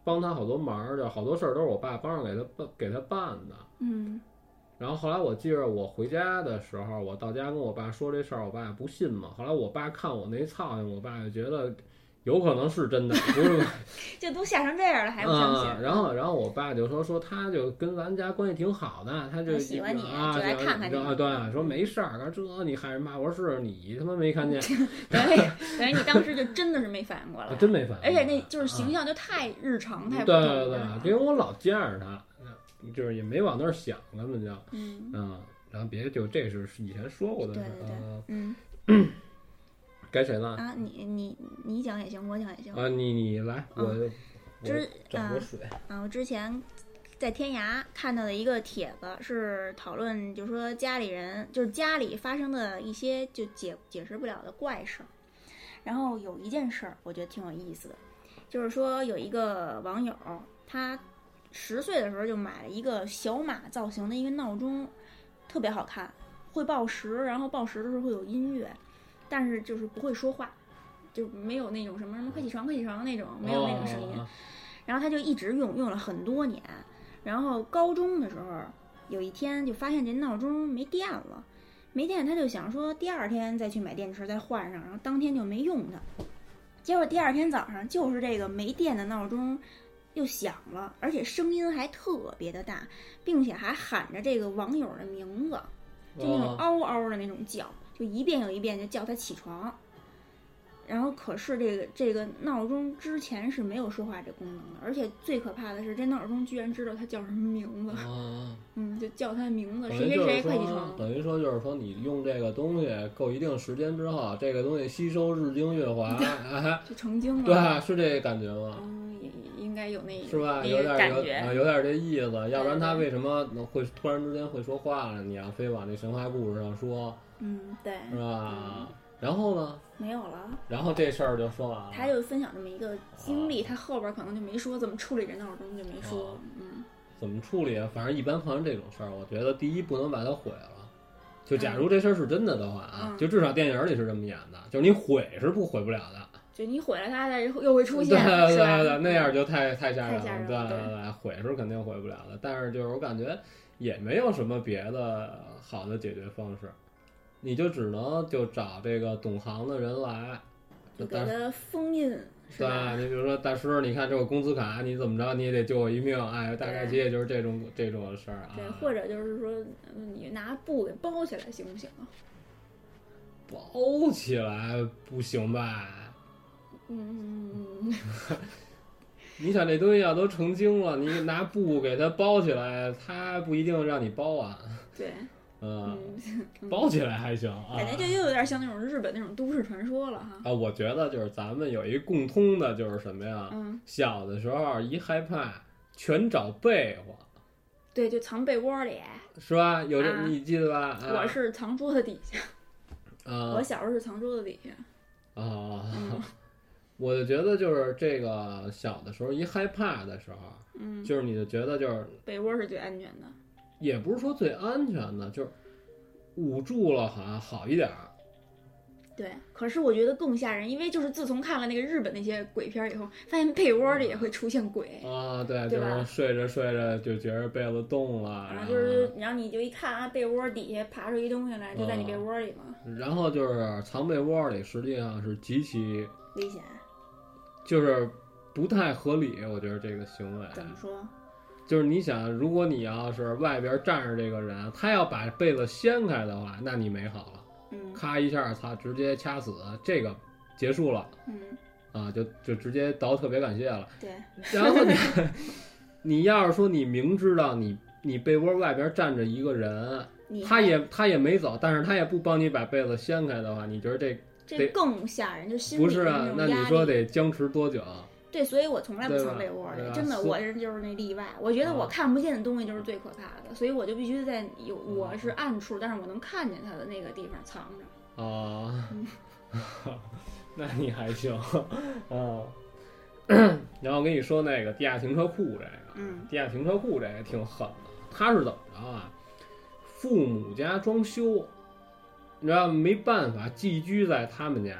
B: 帮他好多忙儿，就好多事儿都是我爸帮着给他办给他办的。
A: 嗯
B: 然后后来我记着我回家的时候，我到家跟我爸说这事儿，我爸也不信嘛。后来我爸看我那操性，我爸就觉得有可能是真的，不是
A: 嗯，这都吓成这样了还不相信？
B: 啊然后，然后我爸就说说，他就跟咱家关系挺好的，他就
A: 啊喜欢你
B: 啊，
A: 就来
B: 喜欢
A: 看看
B: 你
A: 你
B: 啊，对，说没事儿，这你害人骂，我说是你他妈没看见，
A: 等于等于你当时就真的是没反应过来，
B: 真没反应。
A: 而且那就是
B: 啊
A: 形象就太日常太
B: 嗯对
A: 普通
B: 对对
A: 了，，
B: 因为我老见着他，就是也没往那儿想，根本就，
A: 嗯
B: 嗯，然后别就这是以前说过的事儿
A: 对对对
B: 啊，
A: 嗯
B: 该谁了？
A: 啊，你你你讲也行，我讲也行
B: 啊，你你来，我
A: 嗯
B: 我
A: 之
B: 找口水。
A: 啊，我之前在天涯看到的一个帖子是讨论，就是说家里人就是家里发生的一些就解解释不了的怪事儿。然后有一件事儿，我觉得挺有意思的，就是说有一个网友，他十岁的时候就买了一个小马造型的一个闹钟，特别好看，会报时，然后报时的时候会有音乐，但是就是不会说话，就没有那种什么什么快起床快起床那种，没有那种声音。
B: 哦
A: 然后他就一直用，用了很多年。然后高中的时候，有一天就发现这闹钟没电了，没电他就想说第二天再去买电池再换上，然后当天就没用它。结果第二天早上就是这个没电的闹钟又响了，而且声音还特别的大，并且还喊着这个网友的名字。就那种
B: 哦
A: 嗷嗷的那种叫，就一遍又一遍就叫他起床。然后可是这个这个闹钟之前是没有说话这功能的，而且最可怕的是这闹钟居然知道他叫什么名字，
B: 哦
A: 嗯，就叫他的名字，
B: 等
A: 谁
B: 于
A: 谁
B: 就是
A: 谁快起
B: 说，嗯
A: 床。
B: 等于说就是说，你用这个东西够一定时间之后，这个东西吸收日精 月华，哎，
A: 就成精了，
B: 对，是这感觉吗？
A: 嗯，也也应该有那
B: 是吧？
A: 那
B: 有
A: 个
B: 点
A: 感
B: 有
A: 觉嗯
B: 啊，有点这意思，要不然
A: 对
B: 他为什么能会突然之间会说话呢？你要非往那神话故事上说，
A: 嗯，对，
B: 是
A: 嗯
B: 吧？然后呢？
A: 没有了。
B: 然后这事儿就说完了。
A: 他就分享这么一个经历，他后边可能就没说怎么处理这闹钟，就没说
B: 哦，
A: 嗯，
B: 怎么处理啊？反正一般碰上这种事儿，我觉得第一不能把它毁了。就假如这事儿是真的的话啊，
A: 嗯
B: 就至少电影里是这么演的，就是你毁是不毁不了的。
A: 就你毁了他，他又会出
B: 对
A: 现，
B: 对
A: 是吧
B: 对对，那样就太太吓人
A: 太吓人
B: 对
A: 了
B: 对对，毁是肯定毁不了的，但是就是我感觉也没有什么别的好的解决方式，你就只能就找这个懂行的人来。
A: 就给
B: 但是
A: 他封印，是
B: 对
A: 吧？
B: 吧，你比如说大师，你看这我工资卡，你怎么着，你也得救我一命，哎，大概其也就是这种这种事儿啊。
A: 对，或者就是说，嗯你拿布给包起来行不行啊？
B: 包起来不行吧？
A: 嗯，
B: 你想这东西要啊都成精了，你拿布给它包起来，它不一定让你包啊。
A: 对，
B: 嗯，
A: 嗯，
B: 包起来还行 啊。
A: 感觉就又有点像那种日本那种都市传说了哈。
B: 啊，我觉得就是咱们有一共通的，就是什么呀？
A: 嗯，
B: 小的时候啊一害怕，全找被窝，
A: 对，就藏被窝里，
B: 是吧？有这、
A: 啊
B: 你记得吧？啊、
A: 我是藏桌子底下，
B: 啊
A: 我小时候是藏桌子底下。
B: 啊啊
A: 嗯，
B: 我就觉得就是这个小的时候一害怕的时候，
A: 嗯，
B: 就是你就觉得就是
A: 被窝是最安全的。
B: 也不是说最安全的，就是捂住了好像好一点儿。
A: 对，可是我觉得更吓人，因为就是自从看了那个日本那些鬼片儿以后，发现被窝里也会出现鬼，
B: 啊，对，
A: 对
B: 就
A: 吧
B: 是睡着睡着就觉着被子动了，
A: 然
B: 然
A: 后
B: 后
A: 就是，然后你就一看啊，被窝底下爬出一东西来，就在你
B: 嗯
A: 被窝里嘛，
B: 然后就是藏被窝里，实际上是极其
A: 危险。
B: 就是不太合理，我觉得这个行为。
A: 怎么说？
B: 就是你想，如果你要是外边站着这个人，他要把被子掀开的话，那你没好了，
A: 嗯
B: 咔一下，擦，直接掐死，这个结束了
A: 嗯，
B: 啊，就就直接倒特别感谢了。
A: 对，
B: 然后你，你要是说你明知道你你被窝外边站着一个人，
A: 你
B: 他也他也没走，但是他也不帮你把被子掀开的话，你觉得这
A: 这
B: 得
A: 更吓人，就心
B: 不
A: 里
B: 是
A: 的
B: 啊？
A: 种
B: 那你
A: 压
B: 说
A: 力。
B: 得僵持多久？啊
A: 对，所以我从来不
B: 对
A: 藏
B: 吧
A: 被窝
B: 对
A: 里，
B: 吧
A: 真的，
B: 所
A: 我是就是那例外。我觉得我
B: 啊
A: 看不见的东西就是最可怕的，所以我就必须在有
B: 嗯
A: 我是暗处，但是我能看见它的那个地方藏着。
B: 啊，
A: 嗯
B: 那你还行啊。 然后我跟你说那个地下停车库这个，
A: 嗯
B: 地下停车库这个挺狠的，他是怎么着啊？父母家装修，你知道没办法寄居在他们家，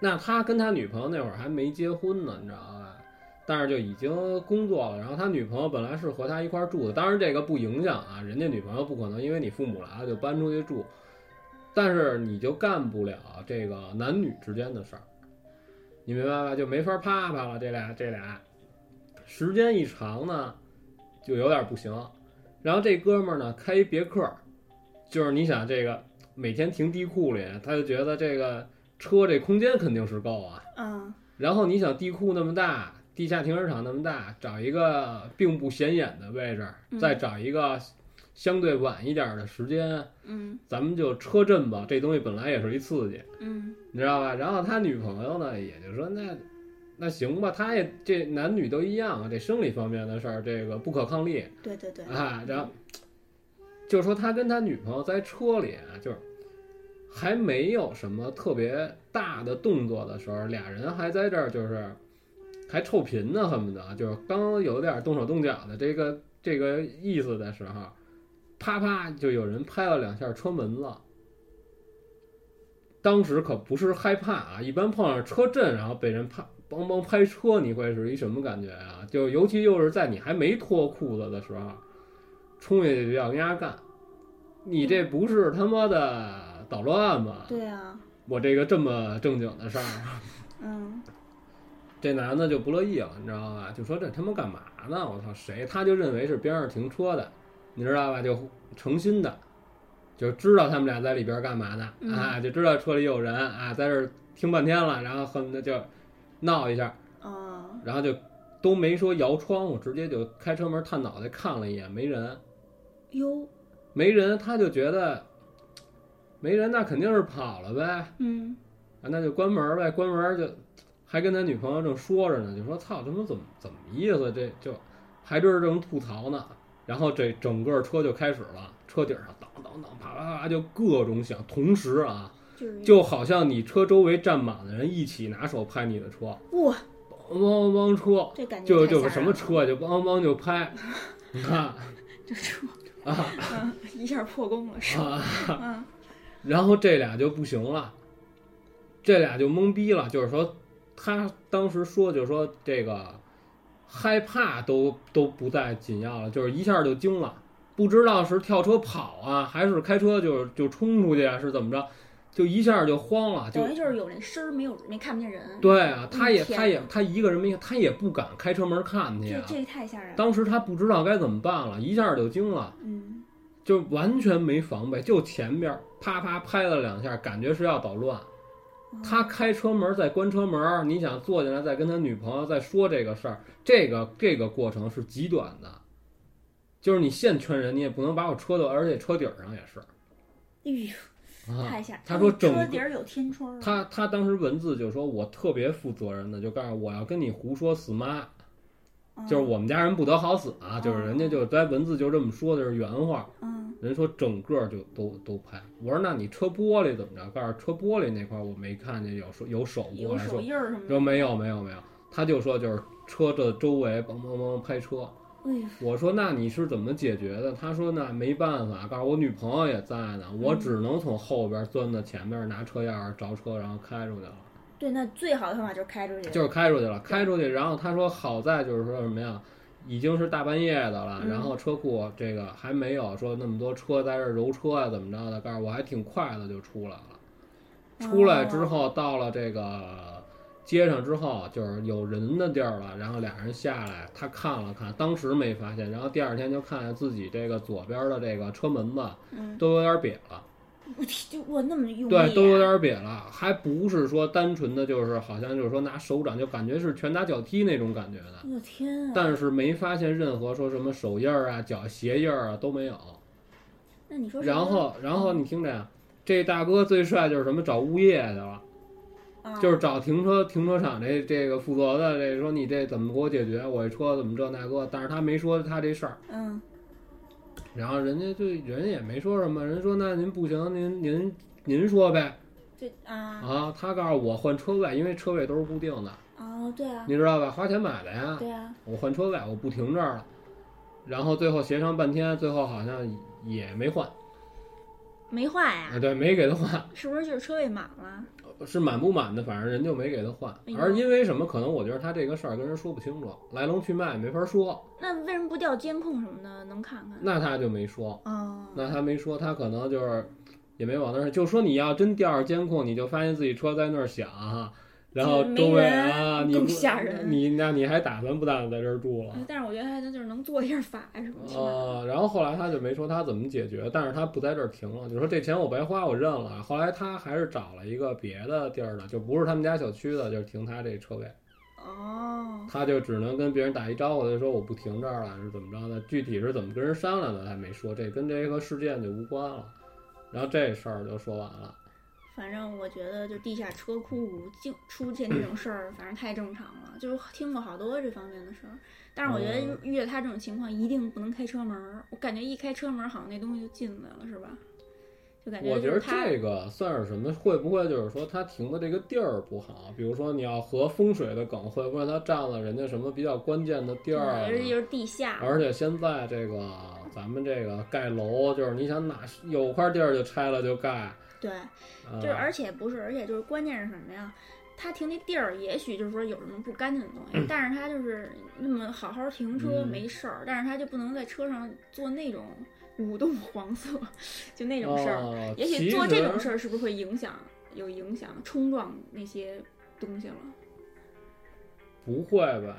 B: 那他跟他女朋友那会儿还没结婚呢，你知道吧？但是就已经工作了，然后他女朋友本来是和他一块儿住的，当然这个不影响啊，人家女朋友不可能因为你父母来了就搬出去住，但是你就干不了这个男女之间的事儿，你明白吧？就没法啪啪了，这俩这俩，时间一长呢，就有点不行。然后这哥们儿呢开一别克，就是你想这个每天停地库里，他就觉得这个车这空间肯定是够啊。
A: 嗯，
B: 然后你想地库那么大，地下停车场那么大，找一个并不显眼的位置，
A: 嗯
B: 再找一个相对晚一点的时间，
A: 嗯
B: 咱们就车震吧。这东西本来也是一刺激，
A: 嗯
B: 你知道吧？然后他女朋友呢，也就说那那行吧，他也这男女都一样啊，这生理方面的事儿，这个不可抗力
A: 对对对，
B: 啊。然后就说他跟他女朋友在车里啊，就是还没有什么特别大的动作的时候，俩人还在这儿就是还臭贫呢，恨不得就是刚有点动手动脚的这个这个意思的时候，啪啪就有人拍了两下车门了。当时可不是害怕啊，一般碰上车震，然后被人啪梆梆拍车，你会是一什么感觉啊？就尤其又是在你还没脱裤子的时候，冲下去就要跟人家干，你这不是他妈的捣乱吗？
A: 对啊，
B: 我这个这么正经的事儿，
A: 嗯
B: 这男的就不乐意了，你知道吧？就说这他妈干嘛呢？我操，谁？他就认为是边上停车的，你知道吧？就诚心的，就知道他们俩在里边干嘛呢？
A: 嗯
B: 啊，就知道车里有人啊，在这儿听半天了，然后恨不得就闹一下，
A: 哦，
B: 然后就都没说摇窗户，直接就开车门探脑袋看了一眼，没人，
A: 哟，
B: 没人，他就觉得没人，那肯定是跑了呗。
A: 嗯
B: 啊，那就关门儿呗，关门儿就还跟他女朋友正说着呢，就说操，他妈怎么怎么意思？这就还这儿正吐槽呢，然后这整个车就开始了，车顶上当当当，啪啪啪啪就各种响，同时啊，
A: 就是
B: 就好像你车周围站满了人，一起拿手拍你的车，
A: 哇，
B: 梆梆梆车，
A: 这感觉
B: 就
A: 太
B: 就
A: 吓
B: 是什
A: 人
B: 么
A: 了，
B: 车就梆梆 就拍，啊
A: 就这么
B: 啊
A: 嗯，一下破功了，是吧？
B: 啊！
A: 嗯
B: 然后这俩就不行了，这俩就懵逼了，就是说他当时说就是说这个害怕都都不再紧要了，就是一下就惊了，不知道是跳车跑啊，还是开车就就冲出去啊，是怎么着，就一下就慌了，就
A: 等于就是有那声儿，没有没看不见人，
B: 对啊，他也
A: 天
B: 他也他一个人没他也不敢开车门看去
A: 这
B: 啊，
A: 这太吓人了。
B: 当时他不知道该怎么办了，一下就惊了。
A: 嗯
B: 就完全没防备，就前边儿啪啪拍了两下，感觉是要捣乱。
A: 嗯
B: 他开车门再关车门儿，你想坐进来再跟他女朋友再说这个事儿，这个这个过程是极短的，就是你现圈人，你也不能把我车到，而且车顶上也是。
A: 哎呦，
B: 啊
A: 太吓人！
B: 他说整
A: 车底儿有天窗啊，
B: 他他当时文字就说我特别负责任的，就告诉我要跟你胡说死妈，
A: 嗯啊
B: 就是我们家人不得好死啊，就是人家就是在文字就这么说的是原话，
A: 嗯
B: 人说整个就都都拍。我说那你车玻璃怎么着？告诉车玻璃那块儿我没看见有手有手过
A: 有
B: 来
A: 手
B: 说，
A: 印儿什么
B: 说
A: 的，
B: 没有没有没有，他就说就是车这周围嘣嘣嘣拍车。
A: 哎呀，
B: 我说那你是怎么解决的？他说那没办法，告诉我女朋友也在呢，我
A: 嗯
B: 只能从后边钻到前面拿车钥匙着车，然后开出去了，
A: 对，那最好的方法就是开出去，
B: 就是开出去了，开出去。然后他说好在就是说什么呀？已经是大半夜的了，
A: 嗯
B: 然后车库这个还没有说那么多车在这儿揉车呀、啊怎么着的，告诉我还挺快的就出来了。
A: 哦
B: 出来之后到了这个街上之后，就是有人的地儿了，然后俩人下来，他看了看，当时没发现，然后第二天就看见自己这个左边的这个车门子
A: 嗯，
B: 都有点瘪了，
A: 我天，我那么用力啊，
B: 对，都有点瘪了，还不是说单纯的就是好像就是说拿手掌就感觉是拳打脚踢那种感觉的，
A: 我天啊！
B: 但是没发现任何说什么手印儿啊、脚鞋印儿啊都没有。
A: 那你说是不是，
B: 然后，然后你听着呀，这大哥最帅就是什么找物业去了。
A: 啊
B: 就是找停车停车场这这个负责的这说你这怎么给我解决？我这车怎么这那个？但是他没说他这事儿，
A: 嗯
B: 然后人家就人家也没说什么，人说那您不行，您您您说呗
A: 对啊
B: 啊。他告诉我换车位，因为车位都是固定的，
A: 哦对啊
B: 你知道吧？花钱买的呀，
A: 对啊，
B: 我换车位，我不停这儿了。然后最后协商半天，最后好像也没换，
A: 没画哎呀，
B: 啊，对，没给他换。
A: 是不是就是车位满了？
B: 是满不满的，反正人就没给他换
A: 哎。呦
B: 而因为什么？可能我觉得他这个事儿跟人说不清楚，来龙去脉也没法说，
A: 那为什么不调监控什么的能看看？
B: 那他就没说，
A: 哦，
B: 那他没说，他可能就是也没往那儿，就说你要真调着监控，你就发现自己车在那儿响啊，然后
A: 没
B: 周围
A: 人
B: 啊，你
A: 更
B: 不
A: 吓人
B: 你那你还打算不打算在这儿住了？
A: 哎但是我觉得他就是能做一下法呀什么的。
B: 啊、然后后来他就没说他怎么解决，但是他不在这儿停了，就说这钱我白花，我认了。后来他还是找了一个别的地儿的，就不是他们家小区的，就是停他这车位。嗯
A: 哦，
B: 他就只能跟别人打一招呼，就说我不停这儿了，是怎么着的？具体是怎么跟人商量的，他没说，这跟这个事件就无关了。然后这事儿就说完了，
A: 反正我觉得就地下车库经出现这种事
B: 嗯
A: 儿，反正太正常了。就是听过好多这方面的事儿，但是我觉得
B: 哦
A: 遇到他这种情况，一定不能开车门儿。我感觉一开车门儿，好像那东西就进来了，是吧？就感
B: 我
A: 就是
B: 觉得
A: 他
B: 这个算是什么？会不会就是说他停的这个地儿不好？比如说你要和风水的梗，会不会他占了人家什么比较关键的地
A: 对
B: 儿啊？
A: 而且就是地下，
B: 而且现在这个咱们这个盖楼，就是你想哪有块地儿就拆了就盖，
A: 对，
B: 呃、
A: 就是而且不是，而且就是关键是什么呀？他停那地儿，也许就是说有什么不干净的东西，但是他就是那么好好停车
B: 嗯
A: 没事儿，但是他就不能在车上做那种舞动 黄色，就那种事儿。
B: 哦、
A: 也许做这种事
B: 儿，
A: 儿是不是会影响有影响冲撞那些东西了？
B: 不会吧？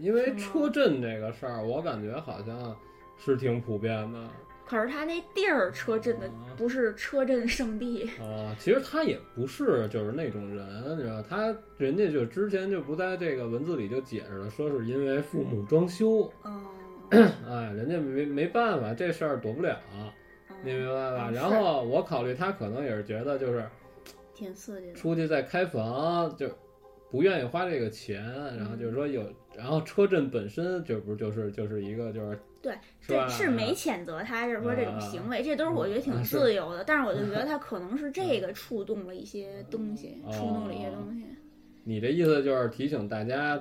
B: 因
A: 是
B: 为
A: 吗
B: 车震这个事儿，我感觉好像是挺普遍的啊、
A: 可是他那地儿车震的
B: 嗯
A: 不是车震圣地，
B: 呃其实他也不是就是那种人，你知道，他人家就之前就不在这个文字里就解释了，说是因为父母装修，
A: 嗯，
B: 哎，人家没没办法，这事儿躲不了，你
A: 嗯
B: 明白吧？
A: 嗯
B: 然
A: 是
B: 后我考虑他可能也是觉得就是。
A: 挺刺激的。
B: 出去再开房就不愿意花这个钱，然
A: 嗯
B: 后就是说有，然后车震本身就不就是就是一个就是
A: 对，
B: 是吧？啊
A: 这是没谴责他，就是说这种行为，这都是我觉得挺
B: 嗯是
A: 自由的。但是我就觉 得他可能是这个触动了一些东西，
B: 哦
A: 触动了一些 东西。
B: 你这意思就是提醒大家，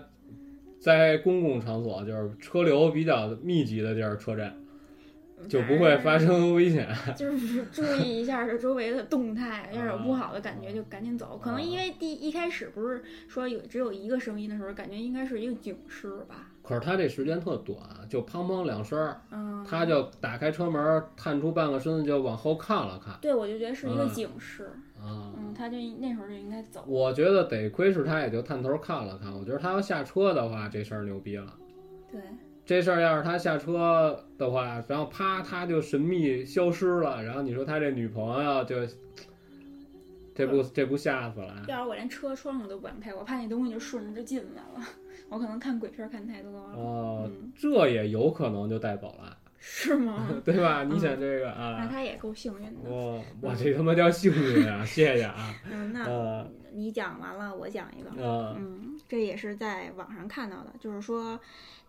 B: 在公共场所就是车流比较密集的地儿车震
A: 嗯
B: 就不会发生危险。
A: 反正就是注意一下这周围的动态，要是有不
B: 哦
A: 好的感觉就赶紧走。可能因为第一开始不是说有只有一个声音的时候，感觉应该是一个警示吧。
B: 可是他这时间特短，就砰砰两声儿，
A: 嗯，
B: 他就打开车门，探出半个身子就往后看了看
A: 对我就觉得是一个
B: 嗯
A: 警示。
B: 啊。
A: 嗯，他就那时候就应该走。
B: 我觉得得亏是他也就探头看了看，我觉得他要下车的话，这事儿牛逼了。
A: 对，
B: 这事儿要是他下车的话，然后啪，他就神秘消失了。然后你说他这女朋友就，这
A: 嗯
B: 不这不吓死了？
A: 要是我连车窗户都不敢开，我怕那东西就顺着就进来了。我可能看鬼片看太多了。
B: 哦，
A: 嗯，
B: 这也有可能就带走了，
A: 是吗？
B: 对吧？你想
A: 嗯
B: 这个
A: 那
B: 啊，
A: 他也够幸运的。
B: 我我这他妈叫幸运啊！谢谢啊，
A: 嗯，那
B: 呃
A: 你讲完了，我讲一个。
B: 呃，
A: 嗯，这也是在网上看到的，就是说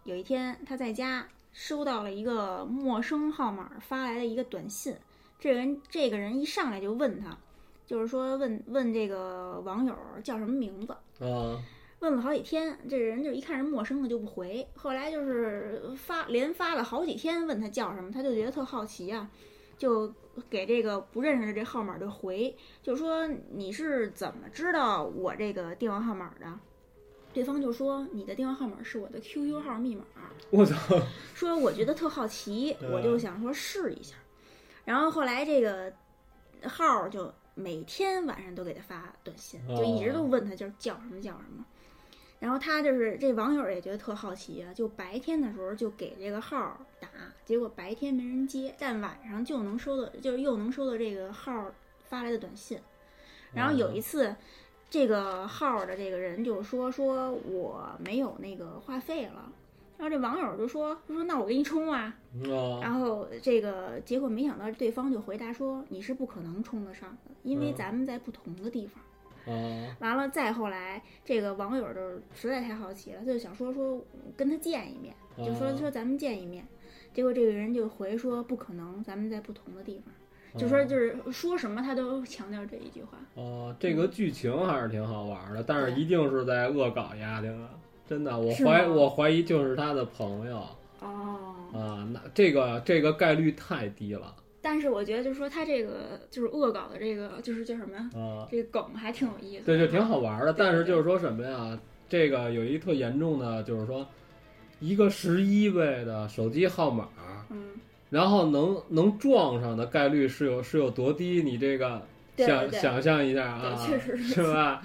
A: 有一天他在家收到了一个陌生号码发来的一个短信，这人这个人一上来就问他，就是说问问这个网友叫什么名字。
B: 啊，
A: 问了好几天，这人就一看是陌生的就不回。后来就是发连发了好几天，问他叫什么，他就觉得特好奇啊，就给这个不认识的这号码就回，就说你是怎么知道我这个电话号码的？对方就说你的电话号码是我的 QQ 号密码，
B: 我操，
A: 说我觉得特好奇，我就想说试一下。然后后来这个号儿就每天晚上都给他发短信，就一直都问他就是叫什么叫什么。然后他就是这网友也觉得特好奇啊，就白天的时候就给这个号儿打，结果白天没人接，但晚上就能收到，就是又能收到这个号儿发来的短信。然后有一次，这个号儿的这个人就说说我没有那个话费了，然后这网友就说就说那我给你充啊，
B: 啊，
A: 然后这个结果没想到对方就回答说你是不可能充得上的，因为
B: 嗯
A: 咱们在不同的地方。
B: 啊，
A: 完了再后来，这个网友就实在太好奇了，他就想说说跟他见一面，就说
B: 啊
A: 说咱们见一面。结果这个人就回说不可能，咱们在不同的地方，
B: 嗯
A: 就说就是说什么他都强调这一句话。
B: 哦，这个剧情还是挺好玩的，但是
A: 嗯对
B: 一定是在恶搞丫的了，真的，我
A: 是
B: 怀
A: 吗
B: 我怀疑就是他的朋友
A: 哦，
B: 啊，那这个这个概率太低了
A: 但是我觉得就是说他这个就是恶搞的这个就是叫什么
B: 啊，
A: 这个梗还挺有意思的，
B: 对，就挺好玩的，
A: 对
B: 但是
A: 对
B: 就是说什么呀，这个有一特严重的，就是说一个十一位的手机号码。
A: 嗯，
B: 然后能能撞上的概率是有是有多低？你这个
A: 对
B: 想
A: 对对
B: 想象一下啊，
A: 对确实是
B: 是吧？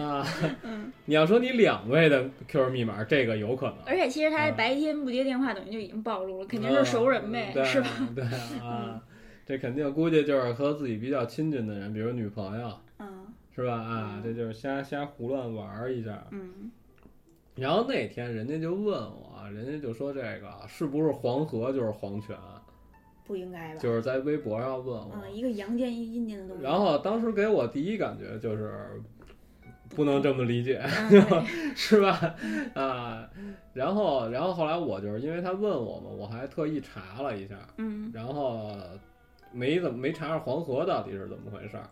B: 啊，
A: 嗯，
B: 你要说你两位的 QQ 密码，这个有可能，
A: 而且其实他
B: 啊
A: 白天不接电话，等于就已经暴露了，肯定是熟人呗
B: 嗯，对
A: 是吧？？ 嗯
B: 对啊， 这肯定估计就是和自己比较亲近的人，比如女朋友，
A: 嗯
B: 是吧？啊，
A: 嗯
B: 这就是瞎瞎胡乱玩儿一下。
A: 嗯
B: 然后那天人家就问我，人家就说这个是不是黄河就是黄泉，
A: 不应该吧？
B: 就是在微博上问我。
A: 嗯，一个阳间一阴间的东西。
B: 然后当时给我第一感觉就是不能这么理解，
A: 嗯对
B: 是吧？啊，然后然后后来我就是因为他问我嘛，我还特意查了一下，
A: 嗯
B: 然后没怎么没查查黄河到底是怎么回事儿。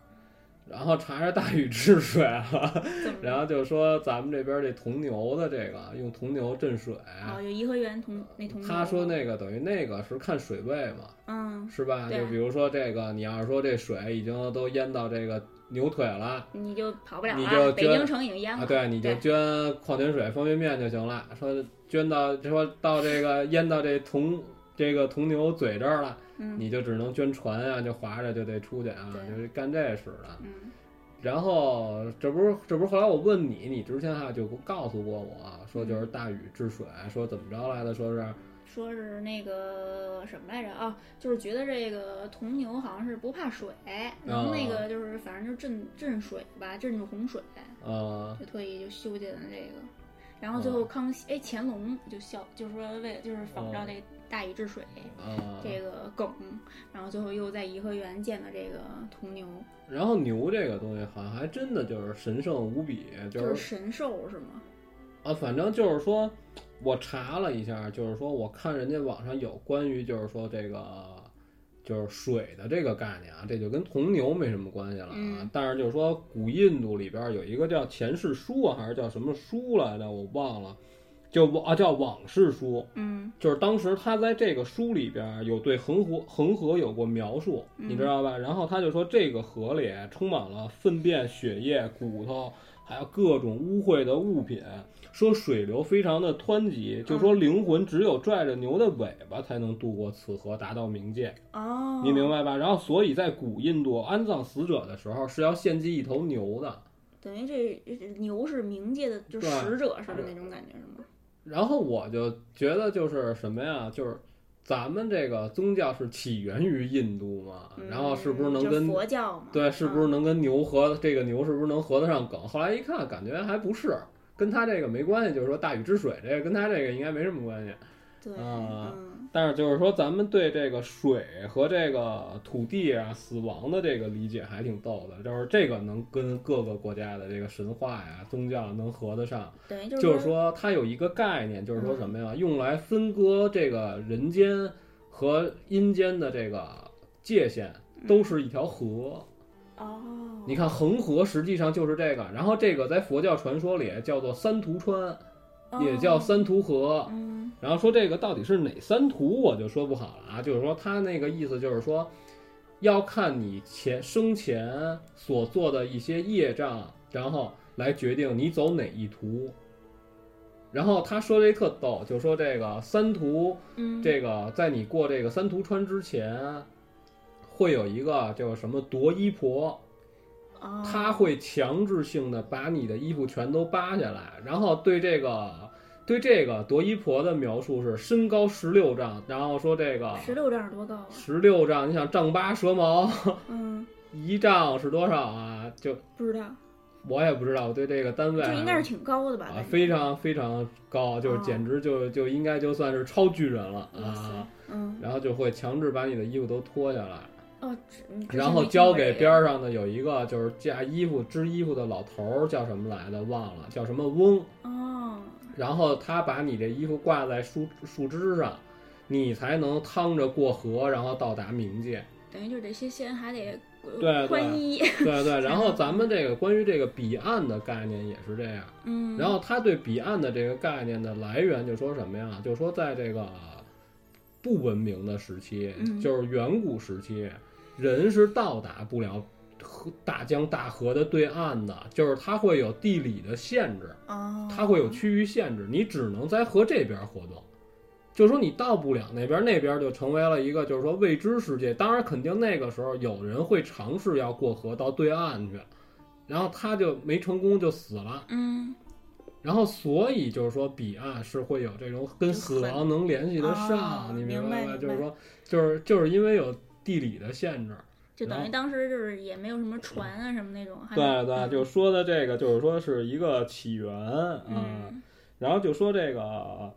B: 然后查查大禹治水了，
A: 嗯怎 么了？
B: 然后就说咱们这边这铜牛的这个啊用铜牛镇水，啊
A: 哦，有颐和园同那同
B: 他说那个等于那个是看水位嘛，
A: 嗯，
B: 是吧？
A: 对
B: 就比如说这个，你要是说这水已经都淹到这个牛腿了，
A: 你就跑不了
B: 你
A: 了，
B: 就
A: 北
B: 捐
A: 京城已经淹
B: 啊，
A: 了。
B: 对，你就
A: 对
B: 捐矿泉水、方便面就行了。说捐到，说到这个淹到这铜这个铜牛嘴这儿了，
A: 嗯
B: 你就只能捐船啊，就划着就得出去啊，
A: 对
B: 就是干这事的。
A: 嗯
B: 然后这不是这不是后来我问你，你之前还就告诉过我啊说
A: 嗯
B: 就是大禹治水，说怎么着来的，说是
A: 说是那个什么来着啊？就是觉得这个铜牛好像是不怕水，能
B: 啊
A: 那个就是反正就镇镇水吧，镇住洪水，
B: 呃
A: 就特意就修建了这个。然后最后
B: 哦
A: 康熙哎乾隆就效，就是说为就是仿照这大禹治水
B: 呃，
A: 这个梗，然后最后又在颐和园建了这个铜牛，
B: 然后牛这个东西好像还真的就是神圣无比，就
A: 就是
B: 是
A: 神兽是吗？
B: 啊，反正就是说，我查了一下，就是说，我看人家网上有关于就是说这个就是水的这个概念啊，这就跟铜牛没什么关系了啊。
A: 嗯
B: 但是就是说，古印度里边儿有一个叫前世书啊，还是叫什么书来着，我忘了，就啊叫往事书，
A: 嗯
B: 就是当时他在这个书里边儿有对恒河恒河有过描述，
A: 嗯
B: 你知道吧？然后他就说这个河里充满了粪便、血液、骨头，还有各种污秽的物品。说水流非常的湍急，就
A: 嗯
B: 说灵魂只有拽着牛的尾巴才能渡过此河，达到冥界。
A: 哦，
B: 你明白吧？然后所以在古印度安葬死者的时候是要献祭一头牛的。
A: 等于这这牛是冥界的，就是
B: 对
A: 使者似的那种感觉，是吗？
B: 然后我就觉得就是什么呀，就是咱们这个宗教是起源于印度嘛，
A: 嗯
B: 然后是不是能
A: 就
B: 跟
A: 佛嗯教嘛？
B: 对，是不是能跟牛合这个牛是不是能合得上梗？后来一看，感觉还不是，跟他这个没关系，就是说大禹治水这个跟他这个应该没什么关系。
A: 对，
B: 啊
A: 嗯，
B: 但是就是说，咱们对这个水和这个土地啊、死亡的这个理解还挺逗的，就是这个能跟各个国家的这个神话呀、宗教能合得上。
A: 等于就是
B: 就是
A: 说，嗯
B: 说，它有一个概念，就是说什么呀？用来分割这个人间和阴间的这个界限，
A: 嗯
B: 都是一条河。
A: 哦，
B: 你看，恒河实际上就是这个，然后这个在佛教传说里叫做三途川，也叫
A: 哦
B: 三途河。
A: 嗯
B: 然后说这个到底是哪三途，我就说不好了啊。就是说他那个意思就是说，要看你前生前所做的一些业障，然后来决定你走哪一途。然后他说这特逗，就说这个三途，
A: 嗯，
B: 这个在你过这个三途川之前，会有一个叫什么夺衣婆，
A: 哦
B: 他会强制性的把你的衣服全都扒下来，然后对这个对这个夺衣婆的描述是身高十六丈，然后说这个
A: 十六丈多高啊？
B: 十六丈，你想丈八蛇矛
A: 嗯，
B: 一丈是多少啊？就
A: 不知道，
B: 我也不知道，我对这个单位
A: 就
B: 啊
A: 应该是挺高的吧？
B: 啊
A: 感觉
B: 非，常非常高，就是
A: 哦
B: 简直就就应该就算是超巨人了
A: 哇
B: 啊
A: 塞！嗯，
B: 然后就会强制把你的衣服都脱下来，
A: 哦，只嗯之前
B: 然
A: 没
B: 后
A: 听
B: 交
A: 过
B: 给
A: 这个
B: 边儿上的有一个就是架衣服织衣服的老头儿，叫什么来的忘了，叫什么翁。
A: 哦，
B: 然后他把你这衣服挂在树树枝上，你才能趟着过河，然后到达冥界。
A: 等于就是这些仙还得呃
B: 对对
A: 宽衣，
B: 对对，然后咱们这个关于这个彼岸的概念也是这样。
A: 嗯，
B: 然后他对彼岸的这个概念的来源就说什么呀？就说在这个不文明的时期，
A: 嗯
B: 就是远古时期，人是到达不了河大江大河的对岸的，就是它会有地理的限制，
A: 哦，
B: 它会有区域限制，你只能在河这边活动。就是说你到不了那边，那边就成为了一个就是说未知世界。当然，肯定那个时候有人会尝试要过河到对岸去，然后他就没成功就死了。
A: 嗯，
B: 然后，所以就是说，彼岸是会有这种跟死亡能联系得
A: 哦
B: 上，你明
A: 明白
B: 白吗？
A: 明白
B: 就是说，就是就是因为有地理的限制，
A: 就等
B: 然
A: 于
B: 后
A: 当时就是也没有什么船啊什么那种，还
B: 对
A: 没
B: 对，
A: 嗯
B: 就说的这个就是说是一个起源啊、
A: 嗯
B: 然后就说这个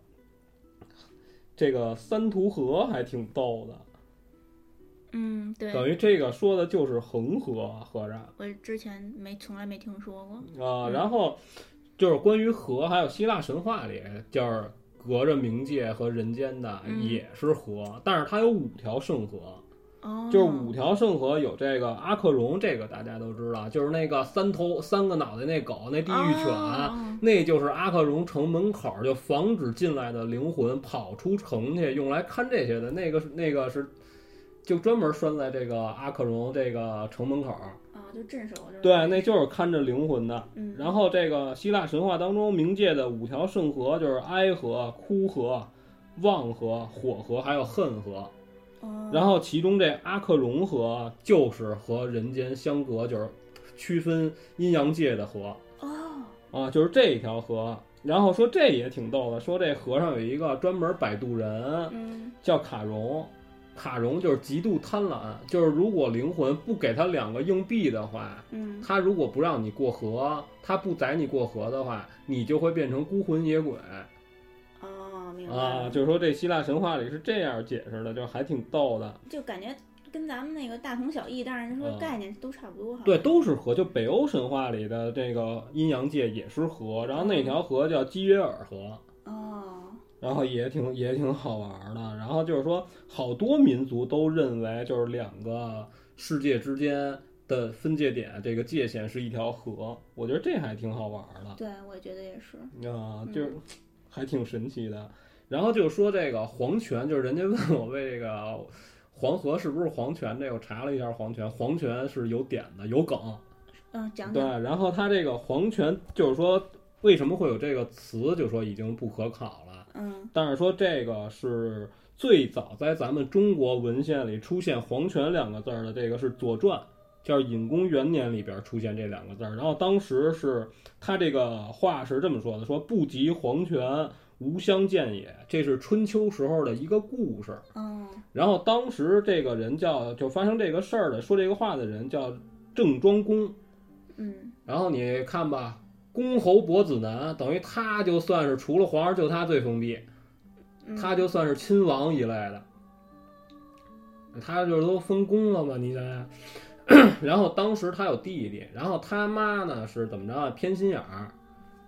B: 这个三途河还挺逗的，
A: 嗯，
B: 等
A: 对，
B: 于这个说的就是恒河，合着啊、
A: 我之前没从来没听说过，嗯
B: 然后就是关于河，还有希腊神话里就是。隔着冥界和人间的
A: 嗯
B: 也是河，但是它有五条圣河，
A: 哦，
B: 就是五条圣河有这个阿克荣，这个大家都知道，就是那个三头三个脑袋那狗，那地狱犬，啊
A: 哦
B: 那就是阿克荣城门口，就防止进来的灵魂跑出城去，用来看这些的。那个是那个是，就专门拴在这个阿克荣这个城门口。
A: 啊，就镇守，就是
B: 对，那就是看着灵魂的。
A: 嗯，
B: 然后这个希腊神话当中，冥界的五条圣河就是哀河、哭河、望河、火河，还有恨河。
A: 哦，
B: 然后其中这阿克隆河就是和人间相隔，就是区分阴阳界的河
A: 哦，
B: 啊，就是这一条河。然后说这也挺逗的，说这河上有一个专门摆渡人
A: 嗯，
B: 叫卡戎，卡戎就是极度贪婪，就是如果灵魂不给他两个硬币的话，
A: 嗯，
B: 他如果不让你过河，他不载你过河的话，你就会变成孤魂野鬼。
A: 哦，明白
B: 啊，
A: 了
B: 就是说这希腊神话里是这样解释的，就还挺逗的。
A: 就感觉跟咱们那个大同小异，但是说
B: 啊
A: 概念都差不多哈。
B: 对，都是河。就北欧神话里的这个阴阳界也是河，然后那条河叫基约尔河，
A: 哦，
B: 然后也挺也挺好玩儿的。然后就是说，好多民族都认为就是两个世界之间的分界点，这个界限是一条河。我觉得这还挺好玩儿的。
A: 对，我觉得也是。
B: 啊，就是 还挺神奇的。然后就说这个黄泉，就是人家问我为这个黄河是不是黄泉，这个我查了一下黄泉，黄泉是有点的，有梗。
A: 嗯，讲
B: 对
A: 讲。，
B: 然后它这个黄泉就是说为什么会有这个词，就说已经不可考了。
A: 嗯，
B: 但是说这个是最早在咱们中国文献里出现“黄泉”两个字儿的，这个是《左传》，叫《隐公元年》里边出现这两个字儿。然后当时是他这个话是这么说的：“说不及黄泉，吾相见也。”这是春秋时候的一个故事。
A: 哦，
B: 然后当时这个人叫就发生这个事儿的说这个话的人叫郑庄公。
A: 嗯，
B: 然后你看吧，公侯伯子男，等于他就算是除了皇上，就他最封闭。他就算是亲王一类的，他就是都分工了嘛，你想 想。然后当时他有弟弟，然后他妈呢是怎么着啊？偏心眼儿，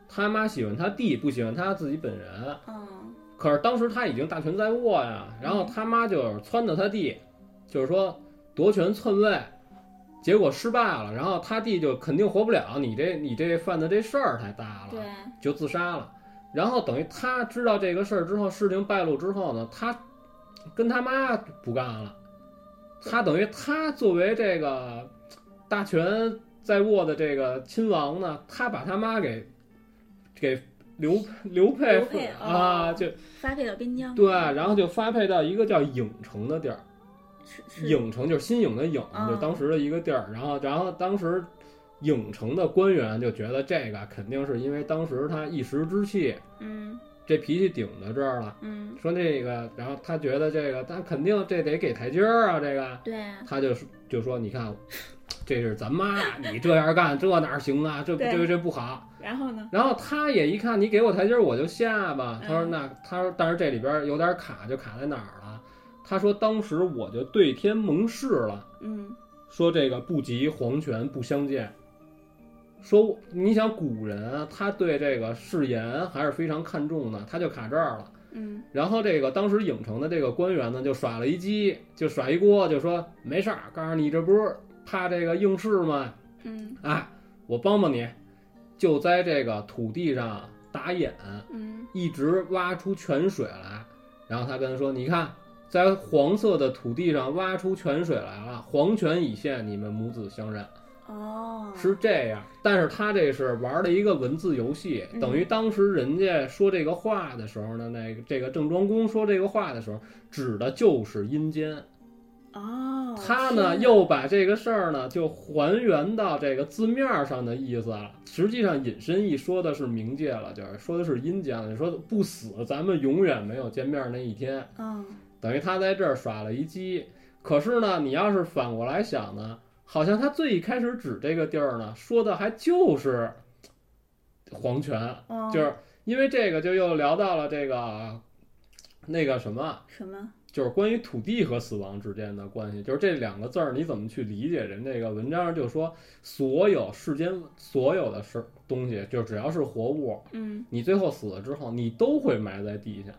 B: 他妈喜欢他弟，不喜欢他自己本人。
A: 嗯
B: 可是当时他已经大权在握呀，然后他妈就是撺掇他弟，就是说夺权篡位，结果失败了，然后他弟就肯定活不了，你这你这犯的这事儿太大了，
A: 对，
B: 就自杀了。然后等于他知道这个事儿之后，事情败露之后呢，他跟他妈不干了。他等于他作为这个大权在握的这个亲王呢，他把他妈给给刘刘佩
A: 刘佩
B: 啊，
A: 哦
B: 就
A: 发配到边疆，
B: 对，然后就发配到一个叫影城的地儿。
A: 是是
B: 影城就是新颖的影，
A: 嗯
B: 就当时的一个地儿。然后，然后当时影城的官员就觉得这个肯定是因为当时他一时之气，
A: 嗯
B: 这脾气顶到这儿了，
A: 嗯，
B: 说这个，然后他觉得这个，他肯定这得给台阶儿啊，这个，
A: 对啊，
B: 他就说就说，你看，这是咱妈，你这样干，这哪儿行啊？这不
A: 对
B: 这这不好。
A: 然后呢？
B: 然后他也一看，你给我台阶儿，我就下吧。他说
A: 嗯
B: 那他说，但是这里边儿有点卡，就卡在哪儿了？他说当时我就对天盟誓了。
A: 嗯
B: 说这个不及黄泉不相见。说我你想古人啊，他对这个誓言还是非常看重的，他就卡这儿了。
A: 嗯
B: 然后这个当时影城的这个官员呢，就耍了一鸡，就耍一锅，就说没事儿，告诉你这不是怕这个应试吗？
A: 嗯
B: 哎，我帮帮你，就在这个土地上打眼，
A: 嗯
B: 一直挖出泉水来。然后他跟他说：“你看，在黄色的土地上挖出泉水来了，黄泉已现，你们母子相认。”
A: 哦，
B: 是这样，但是他这是玩了一个文字游戏，
A: 嗯
B: 等于当时人家说这个话的时候呢，那个这个郑庄公说这个话的时候，指的就是阴间。
A: 哦，
B: 他
A: 天
B: 呢
A: 哪
B: 又把这个事儿呢就还原到这个字面儿上的意思了，实际上引申一说的是冥界了，就是说的是阴间了。你说不死，咱们永远没有见面那一天。
A: 嗯
B: 等于他在这儿耍了一鸡。可是呢，你要是反过来想呢，好像他最一开始指这个地儿呢，说的还就是黄泉，
A: 哦，
B: 就是因为这个就又聊到了这个那个什么，
A: 什么
B: 就是关于土地和死亡之间的关系，就是这两个字儿你怎么去理解？人这个文章上就说，所有世间所有的事东西，就只要是活物，
A: 嗯
B: 你最后死了之后，你都会埋在地下，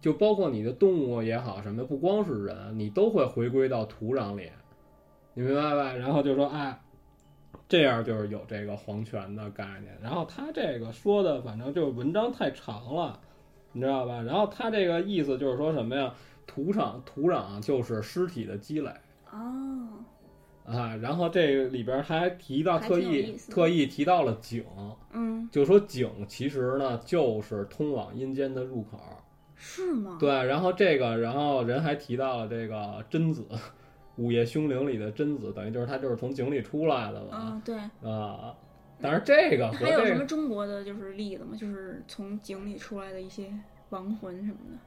B: 就包括你的动物也好，什么不光是人，你都会回归到土壤里，你明白吧？然后就说，哎，这样就是有这个黄泉的概念。然后他这个说的，反正就是文章太长了，你知道吧？然后他这个意思就是说什么呀？土壤，土壤就是尸体的积累。
A: 哦
B: 啊，然后这里边还提到
A: 还
B: 特
A: 挺有
B: 意
A: 意思的
B: 特意提到了井，
A: 嗯
B: 就说井其实呢就是通往阴间的入口。
A: 啊是吗？
B: 对，然后这个，然后人还提到了这个贞子， 《午夜凶铃》里的贞子，等于就是她就是从井里出来的嘛。
A: 嗯对。
B: 啊，但是这个和
A: 还有
B: 这
A: 什
B: 个
A: 么中国的就是例子吗？就是从井里出来的一些亡魂什么的。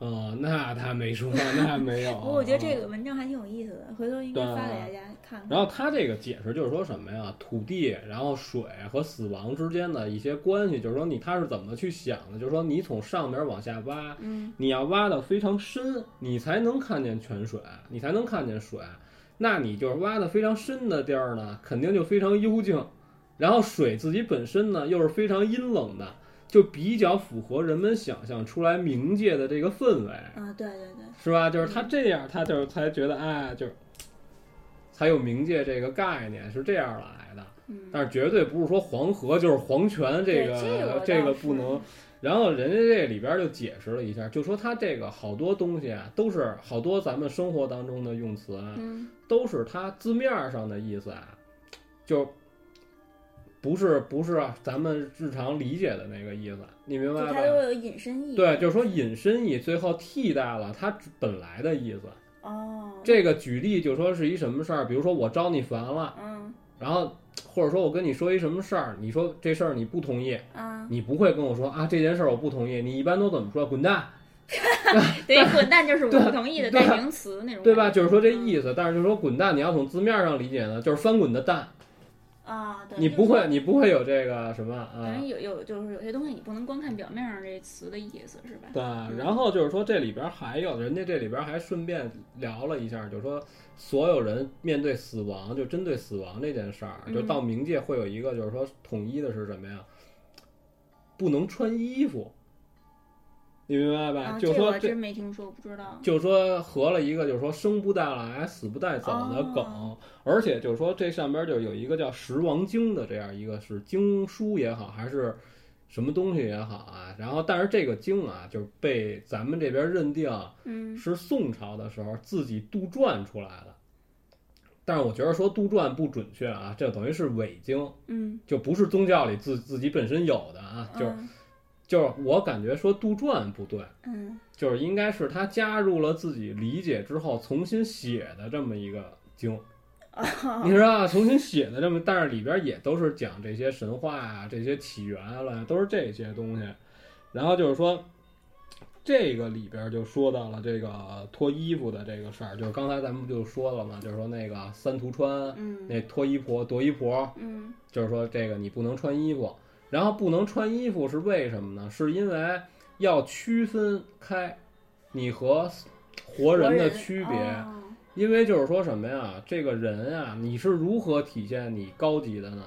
B: 嗯，那他没说，那没有。
A: 不过我觉得
B: 哦
A: 这个文章还挺有意思的，回头应该发给大家看看。
B: 然后他这个解释就是说什么呀？土地，然后水和死亡之间的一些关系，就是说你他是怎么去想的？就是说你从上面往下挖，
A: 嗯
B: 你要挖的非常深，你才能看见泉水，你才能看见水。那你就是挖的非常深的地儿呢，肯定就非常幽静，然后水自己本身呢又是非常阴冷的，就比较符合人们想象出来冥界的这个氛围。
A: 啊，对对对，
B: 是吧？就是他
A: 嗯
B: 这样，他就是才觉得，哎，就是才有冥界这个概念是这样来的。
A: 嗯。
B: 但是绝对不是说黄河就是黄泉
A: 对
B: 这
A: 这
B: 个
A: 我
B: 这
A: 倒
B: 个
A: 是
B: 不能。然后人家这里边就解释了一下，就说他这个好多东西啊，都是好多咱们生活当中的用词啊，
A: 嗯
B: 都是它字面上的意思啊，就不是不是咱们日常理解的那个意思，你明白
A: 就
B: 吧？
A: 它都有隐身意。
B: 对，就是说引申义最后替代了它本来的意思。
A: 哦，
B: 这个举例就说是一什么事儿，比如说我招你烦了，
A: 嗯
B: 然后或者说我跟你说一什么事儿，你说这事儿你不同意，
A: 啊，
B: 你不会跟我说啊这件事儿我不同意，你一般都怎么说？滚蛋，
A: 对，滚蛋就是我
B: 对
A: 不同意的
B: 对
A: 代名词那种，
B: 对吧？？就是说这意思，但是就是说滚蛋，你要从字面上理解呢，就是翻滚的蛋，
A: 啊，对，
B: 你
A: 就是
B: 不
A: 说
B: 会，你不会有这个什么
A: 反
B: 啊
A: 正？有有就是有些东西你不能光看表面上这词的意思是吧？
B: 对，然后就是说这里边还有人家这里边还顺便聊了一下，就是说所有人面对死亡，就针对死亡这件事儿，
A: 嗯
B: 就到冥界会有一个就是说统一的是什么呀？不能穿衣服，你明白吧？
A: 啊，
B: 就是
A: 这
B: 说
A: 我真没听说，不知道。
B: 就是说合了一个，就是说生不带来，死不带走的梗，
A: 哦
B: 而且就是说这上边就有一个叫《十王经》的这样一个是经书也好，还是什么东西也好啊。然后，但是这个经啊，就是被咱们这边认定
A: 嗯，
B: 是宋朝的时候自己杜撰出来的。但是我觉得说杜撰不准确啊，这等于是伪经，
A: 嗯，
B: 就不是宗教里自自己本身有的啊。就是
A: 嗯
B: 就是我感觉说杜撰不对。
A: 嗯
B: 就是应该是他加入了自己理解之后重新写的这么一个经，你知道吧重新写的这么，但是里边也都是讲这些神话啊、这些起源啊了，都是这些东西。然后就是说，这个里边就说到了这个脱衣服的这个事儿，就是刚才咱们就说了嘛，就是说那个三途川
A: 嗯
B: 那脱衣婆、夺衣婆，
A: 嗯
B: 就是说这个你不能穿衣服，然后不能穿衣服是为什么呢？是因为要区分开你和活人的区别，
A: 哦
B: 因为就是说什么呀？这个人啊，你是如何体现你高级的呢？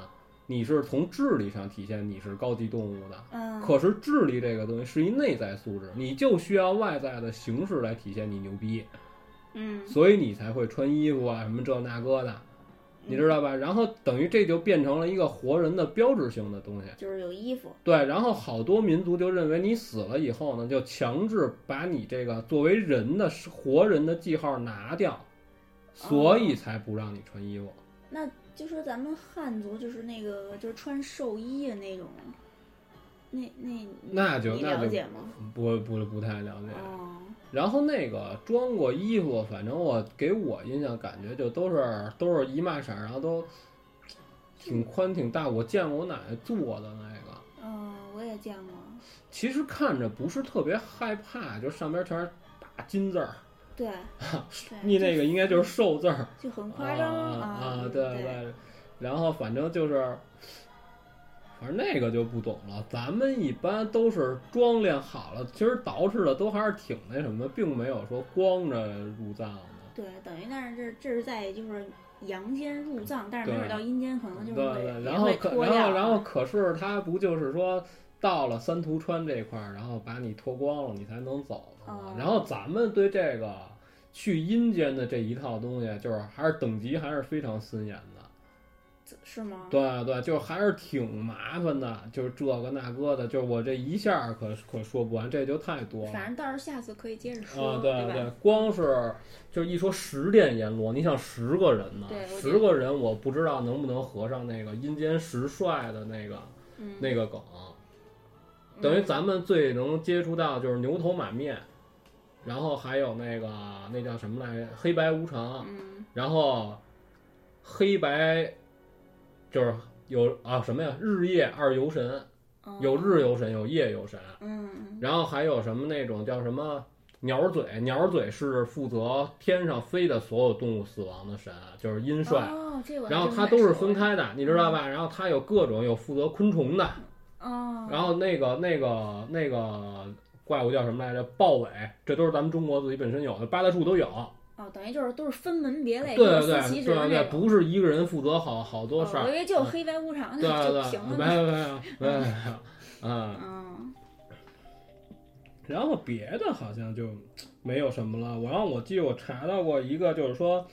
B: 你是从智力上体现你是高级动物的，
A: 嗯，
B: 可是智力这个东西是一内在素质，你就需要外在的形式来体现你牛逼，
A: 嗯，
B: 所以你才会穿衣服啊，什么这那个的。你知道吧？然后等于这就变成了一个活人的标志性的东西。
A: 就是有衣服，
B: 对，然后好多民族就认为你死了以后呢，就强制把你这个作为人的活人的记号拿掉，所以才不让你穿衣服。
A: 那就说咱们汉族就是那个就是穿寿衣的那种，那那
B: 那就
A: 你
B: 那
A: 了
B: 就
A: 解吗？
B: 不不不太了解。
A: 哦，
B: 然后那个装过衣服，反正我给我印象感觉就都是都是一嘛色儿，然后都挺宽挺大。我见过我奶奶做的那个，
A: 嗯，我也见过，
B: 其实看着不是特别害怕，就上边全是大金字儿，
A: 对，
B: 你
A: 对，
B: 那个应该就是寿字儿，
A: 就很夸张
B: 啊啊，对
A: 对，
B: 对。然后反正就是，反正那个就不懂了。咱们一般都是装殓好了，其实捯饬的都还是挺那什么，并没有说光着入葬的。
A: 对，等于但是这这是在就是阳间入葬，但是没
B: 对
A: 准到阴间可能就
B: 对
A: 是会
B: 对，
A: 也
B: 然后
A: 会
B: 可
A: 脱
B: 然后
A: 掉啊
B: 然后可是他不就是说到了三途川这块儿，然后把你脱光了，你才能走呢
A: 哦
B: 嘛。然后咱们对这个去阴间的这一套东西，就是还是等级还是非常森严的。
A: 是吗？
B: 对对，就是还是挺麻烦的，就是这个那个的，就是我这一下儿可可说不完，这就太多了。
A: 反正到时候下次可以接着说，
B: 啊，
A: 对
B: 对
A: 吧？
B: 对，光是就一说十殿阎罗，你想十个人呢
A: 对我，觉
B: 十个人我不知道能不能合上那个阴间十帅的那个
A: 嗯，
B: 那个梗，等于
A: 嗯
B: 咱们最能接触到就是牛头马面，然后还有那个那叫什么来着，黑白无常，
A: 嗯
B: 然后黑白就是有啊什么呀，日夜二游神，
A: 哦
B: 有日游神，有夜游神，
A: 嗯
B: 然后还有什么那种叫什么鸟嘴，鸟嘴是负责天上飞的所有动物死亡的神，就是阴帅。
A: 哦，这我还
B: 然后
A: 真
B: 它
A: 没
B: 都是
A: 说嗯
B: 分
A: 过
B: 开的，你知道吧？然后它有各种有负责昆虫的，
A: 哦，
B: 然后那个那个那个怪物叫什么来着？豹尾，这都是咱们中国自己本身有的，八大处都有。
A: 哦，等于就是都是分门别类，
B: 对
A: 各
B: 对
A: 司
B: 对
A: 其
B: 对
A: 职
B: 对
A: 那
B: 对，
A: 种
B: 不是一个人负责好好多事
A: 哦
B: 儿
A: 我以。为就有
B: 嗯
A: 黑白无常
B: 对对
A: 就
B: 对
A: 行，了
B: 没
A: 呢。
B: 有没有没有没有，嗯。
A: 嗯，
B: 然后别的好像就没有什么了。然后我记得我查到过一个，就是说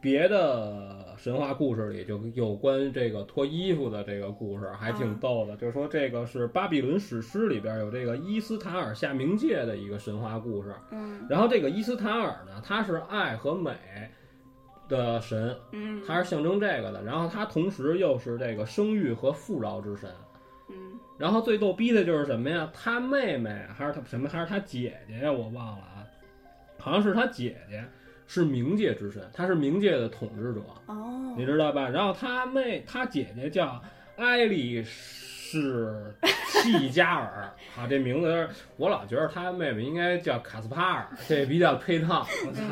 B: 别的神话故事里就有关这个脱衣服的这个故事，还
A: 啊
B: 挺逗的。就是说这个是巴比伦史诗里边有这个伊斯塔尔下冥界的一个神话故事。
A: 嗯
B: 然后这个伊斯塔尔呢，他是爱和美的神，
A: 嗯
B: 他是象征这个的。然后他同时又是这个生育和富饶之神。
A: 嗯
B: 然后最逗逼的就是什么呀？他妹妹还是他什么还是他姐姐呀？我忘了啊，好像是他姐姐，是冥界之神，他是冥界的统治者，
A: 哦
B: 你知道吧？然后他妹他姐姐叫埃里士契加尔， 啊，这名字有点我老觉得他妹妹应该叫卡斯帕尔，这比较配套。我操！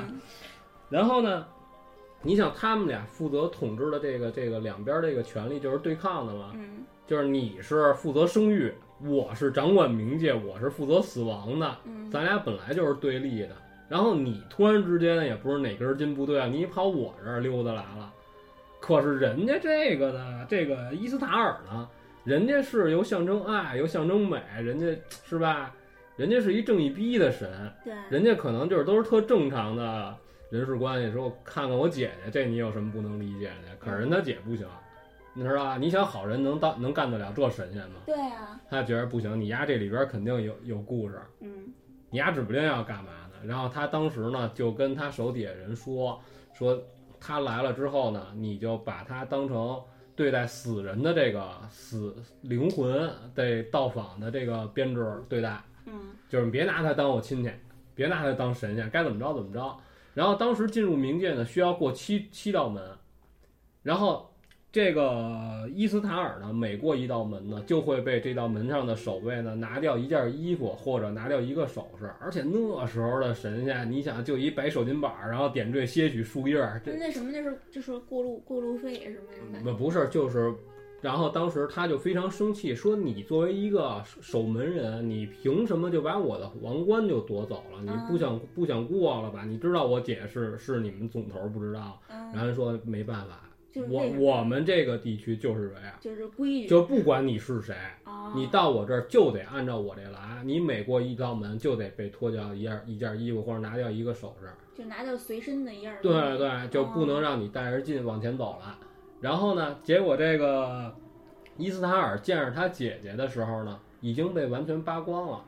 B: 然后呢，你想他们俩负责统治的这个这个两边这个权力就是对抗的嘛，
A: 嗯
B: 就是你是负责生育，我是掌管冥界，我是负责死亡的，
A: 嗯
B: 咱俩本来就是对立的。然后你突然之间也不是哪根筋不对啊，你跑我这儿溜达来了。可是人家这个呢，这个伊斯塔尔呢，人家是又象征爱又象征美，人家是吧？人家是一正义逼的神，
A: 对，
B: 人家可能就是都是特正常的人事关系，说我看看我姐姐，这你有什么不能理解的？可是人他姐不行，你知道吧？你想好人能当能干得了这神仙吗？
A: 对啊，
B: 他觉得不行，你丫这里边肯定有有故事，
A: 嗯
B: 你丫指不定要干嘛呢。然后他当时呢就跟他手底下人说，说他来了之后呢，你就把他当成对待死人的这个死灵魂得到访的这个编制对待。
A: 嗯
B: 就是别拿他当我亲戚，别拿他当神仙，该怎么着怎么着。然后当时进入冥界呢，需要过七七道门，然后这个伊斯塔尔呢，每过一道门呢，就会被这道门上的守卫呢拿掉一件衣服或者拿掉一个首饰，而且那时候的神仙，你想就一白手巾板儿，然后点缀些许树叶儿，这
A: 那那什么就是就是过路过路费什么那种感觉，
B: 不不是，就是，然后当时他就非常生气，说你作为一个守门人，你凭什么就把我的王冠就夺走了？你
A: 嗯
B: 不想、不想过了吧？你知道我姐是是你们总头不知道？然
A: 嗯，
B: 后说没办法，
A: 就是
B: 我
A: 那种
B: 我们这个地区就是这样，
A: 就是规矩
B: 就不管你是谁，
A: 啊，
B: 你到我这儿就得按照我这来，你每过一道门就得被脱掉一件一件衣服或者拿掉一个首饰。
A: 就拿掉随身的一样儿东西，
B: 对对，就不能让你带着劲往前走了。然后呢，结果这个伊斯塔尔见着他姐姐的时候呢，已经被完全扒光了。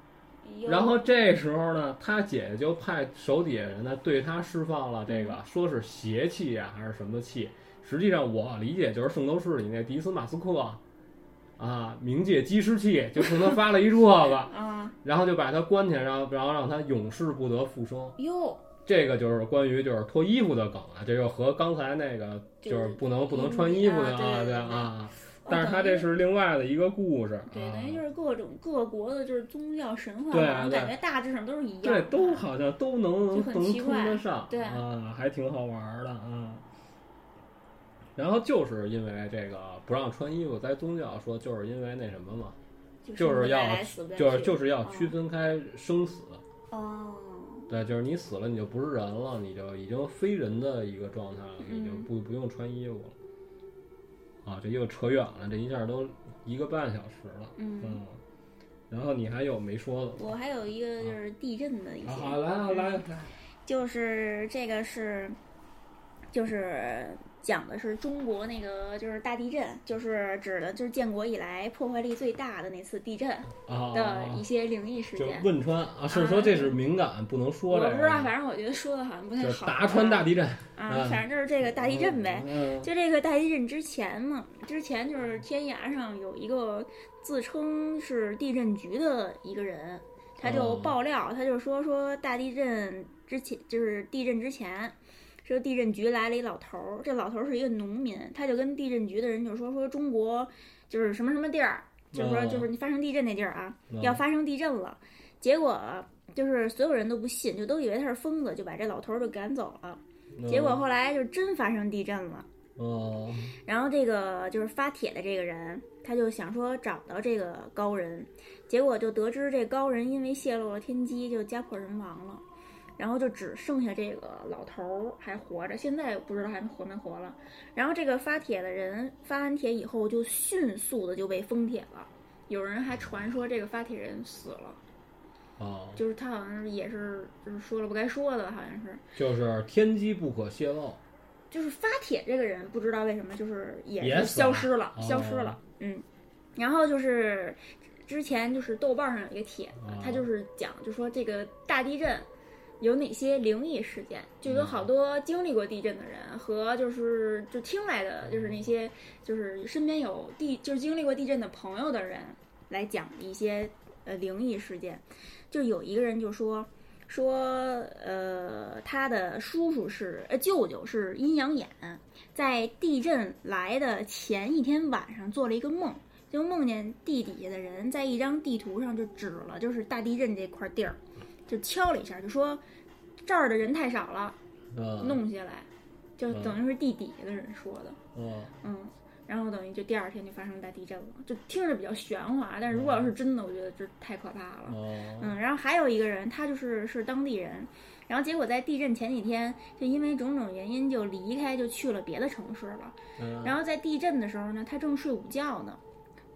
A: 哎呦
B: 然后这时候呢，他姐姐就派手底下人呢对他释放了这个，说是邪气啊，还是什么气？实际上我理解就是《圣斗士》里那迪斯马斯克啊，冥界机尸气，就冲他发了一这个，
A: 啊
B: 然后就把他关起来，然后然后让他永世不得复生。
A: 哟，
B: 这个就是关于就是脱衣服的梗了，这又和刚才那个就是不能不能穿衣服的
A: 啊
B: 啊
A: 对对对
B: 啊，
A: 哦
B: 但是他这
A: 等于
B: 是另外的一个故事啊，
A: 对，哦等于就是各种各国的，就是宗教神话，
B: 对啊
A: 好像
B: 对
A: 感觉大致上都是一样的，啊
B: 对都好像都能
A: 就
B: 能
A: 很
B: 能
A: 奇
B: 通
A: 怪
B: 得上，
A: 对
B: 啊，还挺好玩儿的啊。然后就是因为这个不让穿衣服，在宗教说就是因为那什么嘛，
A: 就
B: 就是
A: 不
B: 要
A: 带来死不带
B: 就是
A: 去
B: 就是要区分开生死，
A: 哦，
B: 对，就是你死了你就不是人了，你就已经非人的一个状态了，你就
A: 嗯
B: 不不用穿衣服了。啊，这又扯远了，这一下都一个半小时了。
A: 嗯，
B: 嗯，然后你还有没说的吗？
A: 我还有一个就是地震的一嗯些，
B: 啊，好来啊来啊来啊，
A: 就是这个是，就是讲的是中国那个就是大地震，就是指的就是建国以来破坏力最大的那次地震
B: 啊啊
A: 的
B: 啊
A: 一些灵异事
B: 就
A: 件。
B: 汶川啊，是说这是敏感不能说
A: 我
B: 这
A: 不知
B: 个
A: 道，
B: 吗，
A: 反正我觉得说的好像不太
B: 就是
A: 好。
B: 达川大地震，
A: 啊，
B: 嗯
A: 反正就是这个大地震呗。
B: 嗯。嗯
A: 就这个大地震之前嘛，之前就是天涯上有一个自称是地震局的一个人，他就
B: 哦
A: 爆料，他就说说大地震之前就是地震之前。说地震局来了一老头儿，这老头儿是一个农民，他就跟地震局的人就说说中国就是什么什么地儿，就是说
B: 哦
A: 就是你发生地震那地儿啊，
B: 嗯
A: 要发生地震了。结果就是所有人都不信，就都以为他是疯子，就把这老头儿就赶走了。结果后来就真发生地震了。
B: 嗯
A: 然后这个就是发帖的这个人，他就想说找到这个高人，结果就得知这高人因为泄露了天机，就家破人亡了。然后就只剩下这个老头儿还活着，现在不知道还活没活了。然后这个发帖的人发完帖以后，就迅速的就被封帖了。有人还传说这个发帖人死了，
B: 哦，
A: 就是他好像是也是就是说了不该说的，好像是
B: 就是天机不可泄露，
A: 就是发帖这个人，不知道为什么就是也
B: 也
A: 是
B: 死了
A: 消失了，
B: 哦
A: 消失了。嗯，然后就是之前就是豆瓣上有一个帖子
B: 哦，
A: 他就是讲，就说这个大地震有哪些灵异事件，就有
B: 嗯
A: 好多经历过地震的人和就是就听来的，就是那些就是身边有地就是经历过地震的朋友的人来讲一些呃灵异事件。就有一个人就说说呃他的叔叔是呃舅舅是阴阳眼，在地震来的前一天晚上做了一个梦，就梦见地底下的人在一张地图上就指了就是大地震这块地儿，就敲了一下，就说这儿的人太少了，
B: 嗯，
A: 弄下来。就
B: 嗯
A: 等于是地底下的人说的，
B: 嗯，
A: 嗯，然后等于就第二天就发生大地震了，就听着比较玄幻，但是如果要
B: 嗯
A: 是真的，我觉得这太可怕了。
B: 哦，
A: 嗯，然后还有一个人，他就是是当地人，然后结果在地震前几天就因为种种原因就离开，就去了别的城市了。
B: 嗯，
A: 然后在地震的时候呢，他正睡午觉呢，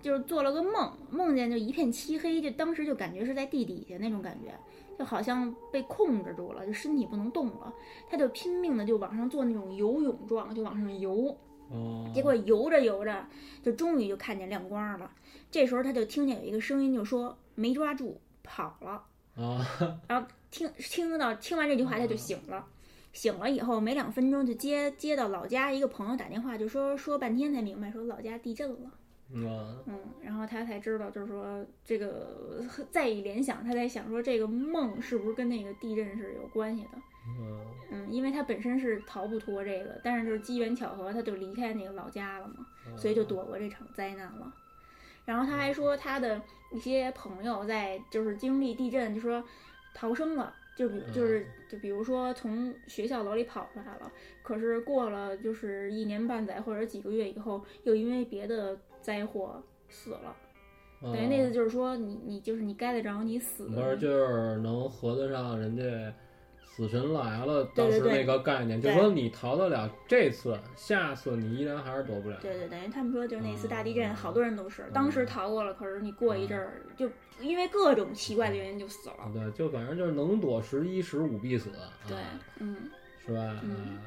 A: 就是做了个梦，梦见就一片漆黑，就当时就感觉是在地底下那种感觉，就好像被控制住了，就身体不能动了。他就拼命的就往上做那种游泳状，就往上游，
B: 哦，
A: 结果游着游着，就终于就看见亮光了。这时候他就听见有一个声音就说没抓住，跑了。
B: 啊，
A: 听听到听完这句话，他就醒了。醒了以后没两分钟就接接到老家一个朋友打电话，就说说半天才明白，说老家地震了。
B: 嗯，
A: 嗯，然后他才知道，就是说这个再一联想，他才想说这个梦是不是跟那个地震是有关系的。
B: 嗯，
A: 嗯，因为他本身是逃不脱这个，但是就是机缘巧合，他就离开那个老家了嘛。所以就躲过这场灾难了。然后他还说，他的一些朋友在就是经历地震，就说逃生了，就比就是就比如说从学校楼里跑出来了，可是过了就是一年半载或者几个月以后，又因为别的灾祸死了。
B: 嗯，
A: 等于那次就是说你你就是你该得着你死。
B: 不是，就是能合得上人家死神来了当
A: 对
B: 时
A: 对对
B: 那个概念，就
A: 对
B: 说你逃得了这次，下次你依然还是躲不了。
A: 对对，等于他们说就是那次大地震，
B: 嗯
A: 好多人都是当时
B: 嗯
A: 逃过了，可是你过一阵儿就因为各种奇怪的原因就死了。
B: 对，就反正就是能躲十一十五必死，
A: 对
B: 啊、，
A: 嗯，
B: 是吧？
A: 嗯
B: 啊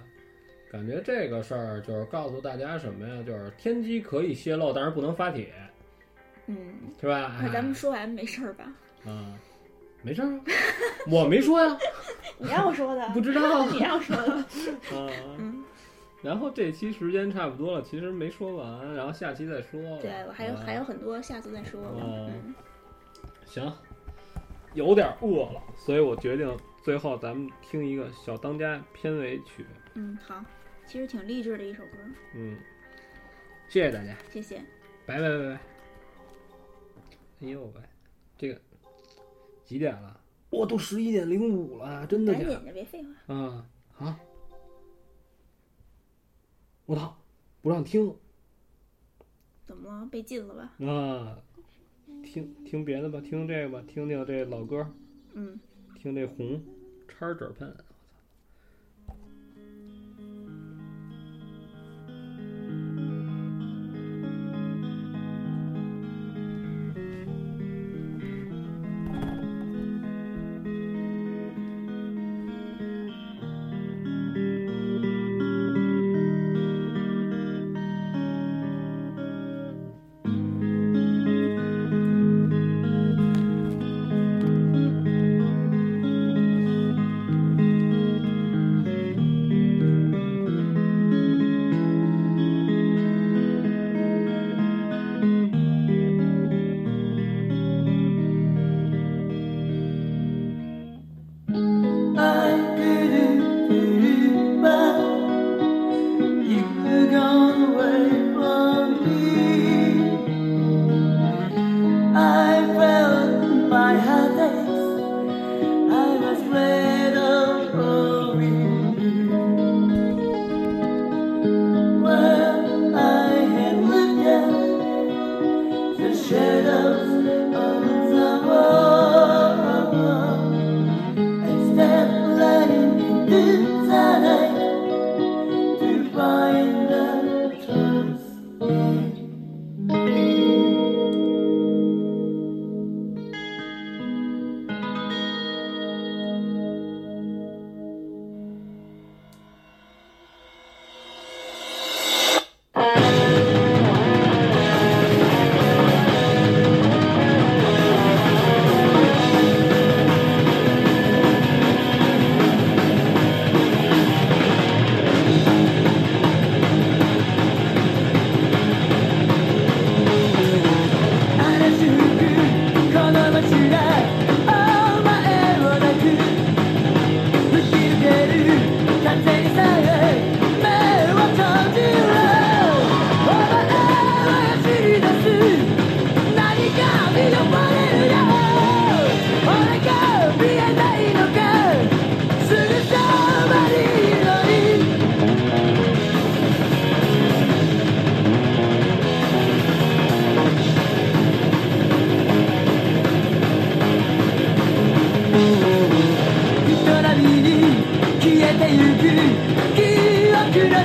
B: 感觉这个事儿就是告诉大家什么呀？就是天机可以泄露，但是不能发帖，
A: 嗯，
B: 是吧？
A: 那咱们说完没事儿吧？
B: 哎啊，没事儿啊，我没说呀，
A: 你要说的哦
B: 不知道啊。
A: 你要说的，嗯，
B: 然后这期时间差不多了，其实没说完，然后下期再说吧。
A: 对我还有还有很多，下次再说吧。嗯
B: 嗯，行，有点饿了，所以我决定最后咱们听一个小当家片尾曲。
A: 嗯，好，其实挺励志的一首歌，
B: 嗯，谢谢大家，
A: 谢谢。
B: 拜拜拜拜。哎呦喂，这个几点了？我都十一点零五了，真的
A: 赶
B: 假
A: 紧
B: 的？
A: 的，别废话。
B: 啊啊！我操，不让听
A: 怎么了？被禁了吧？
B: 啊！听听别的吧，听这个吧，听听这老歌。
A: 嗯，
B: 听这红叉儿褶喷，
A: 嗯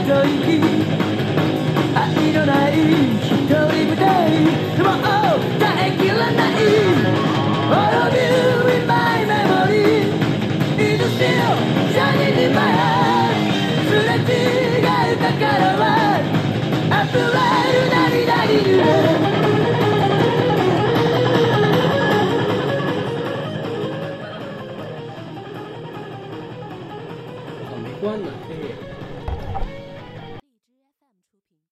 C: 着一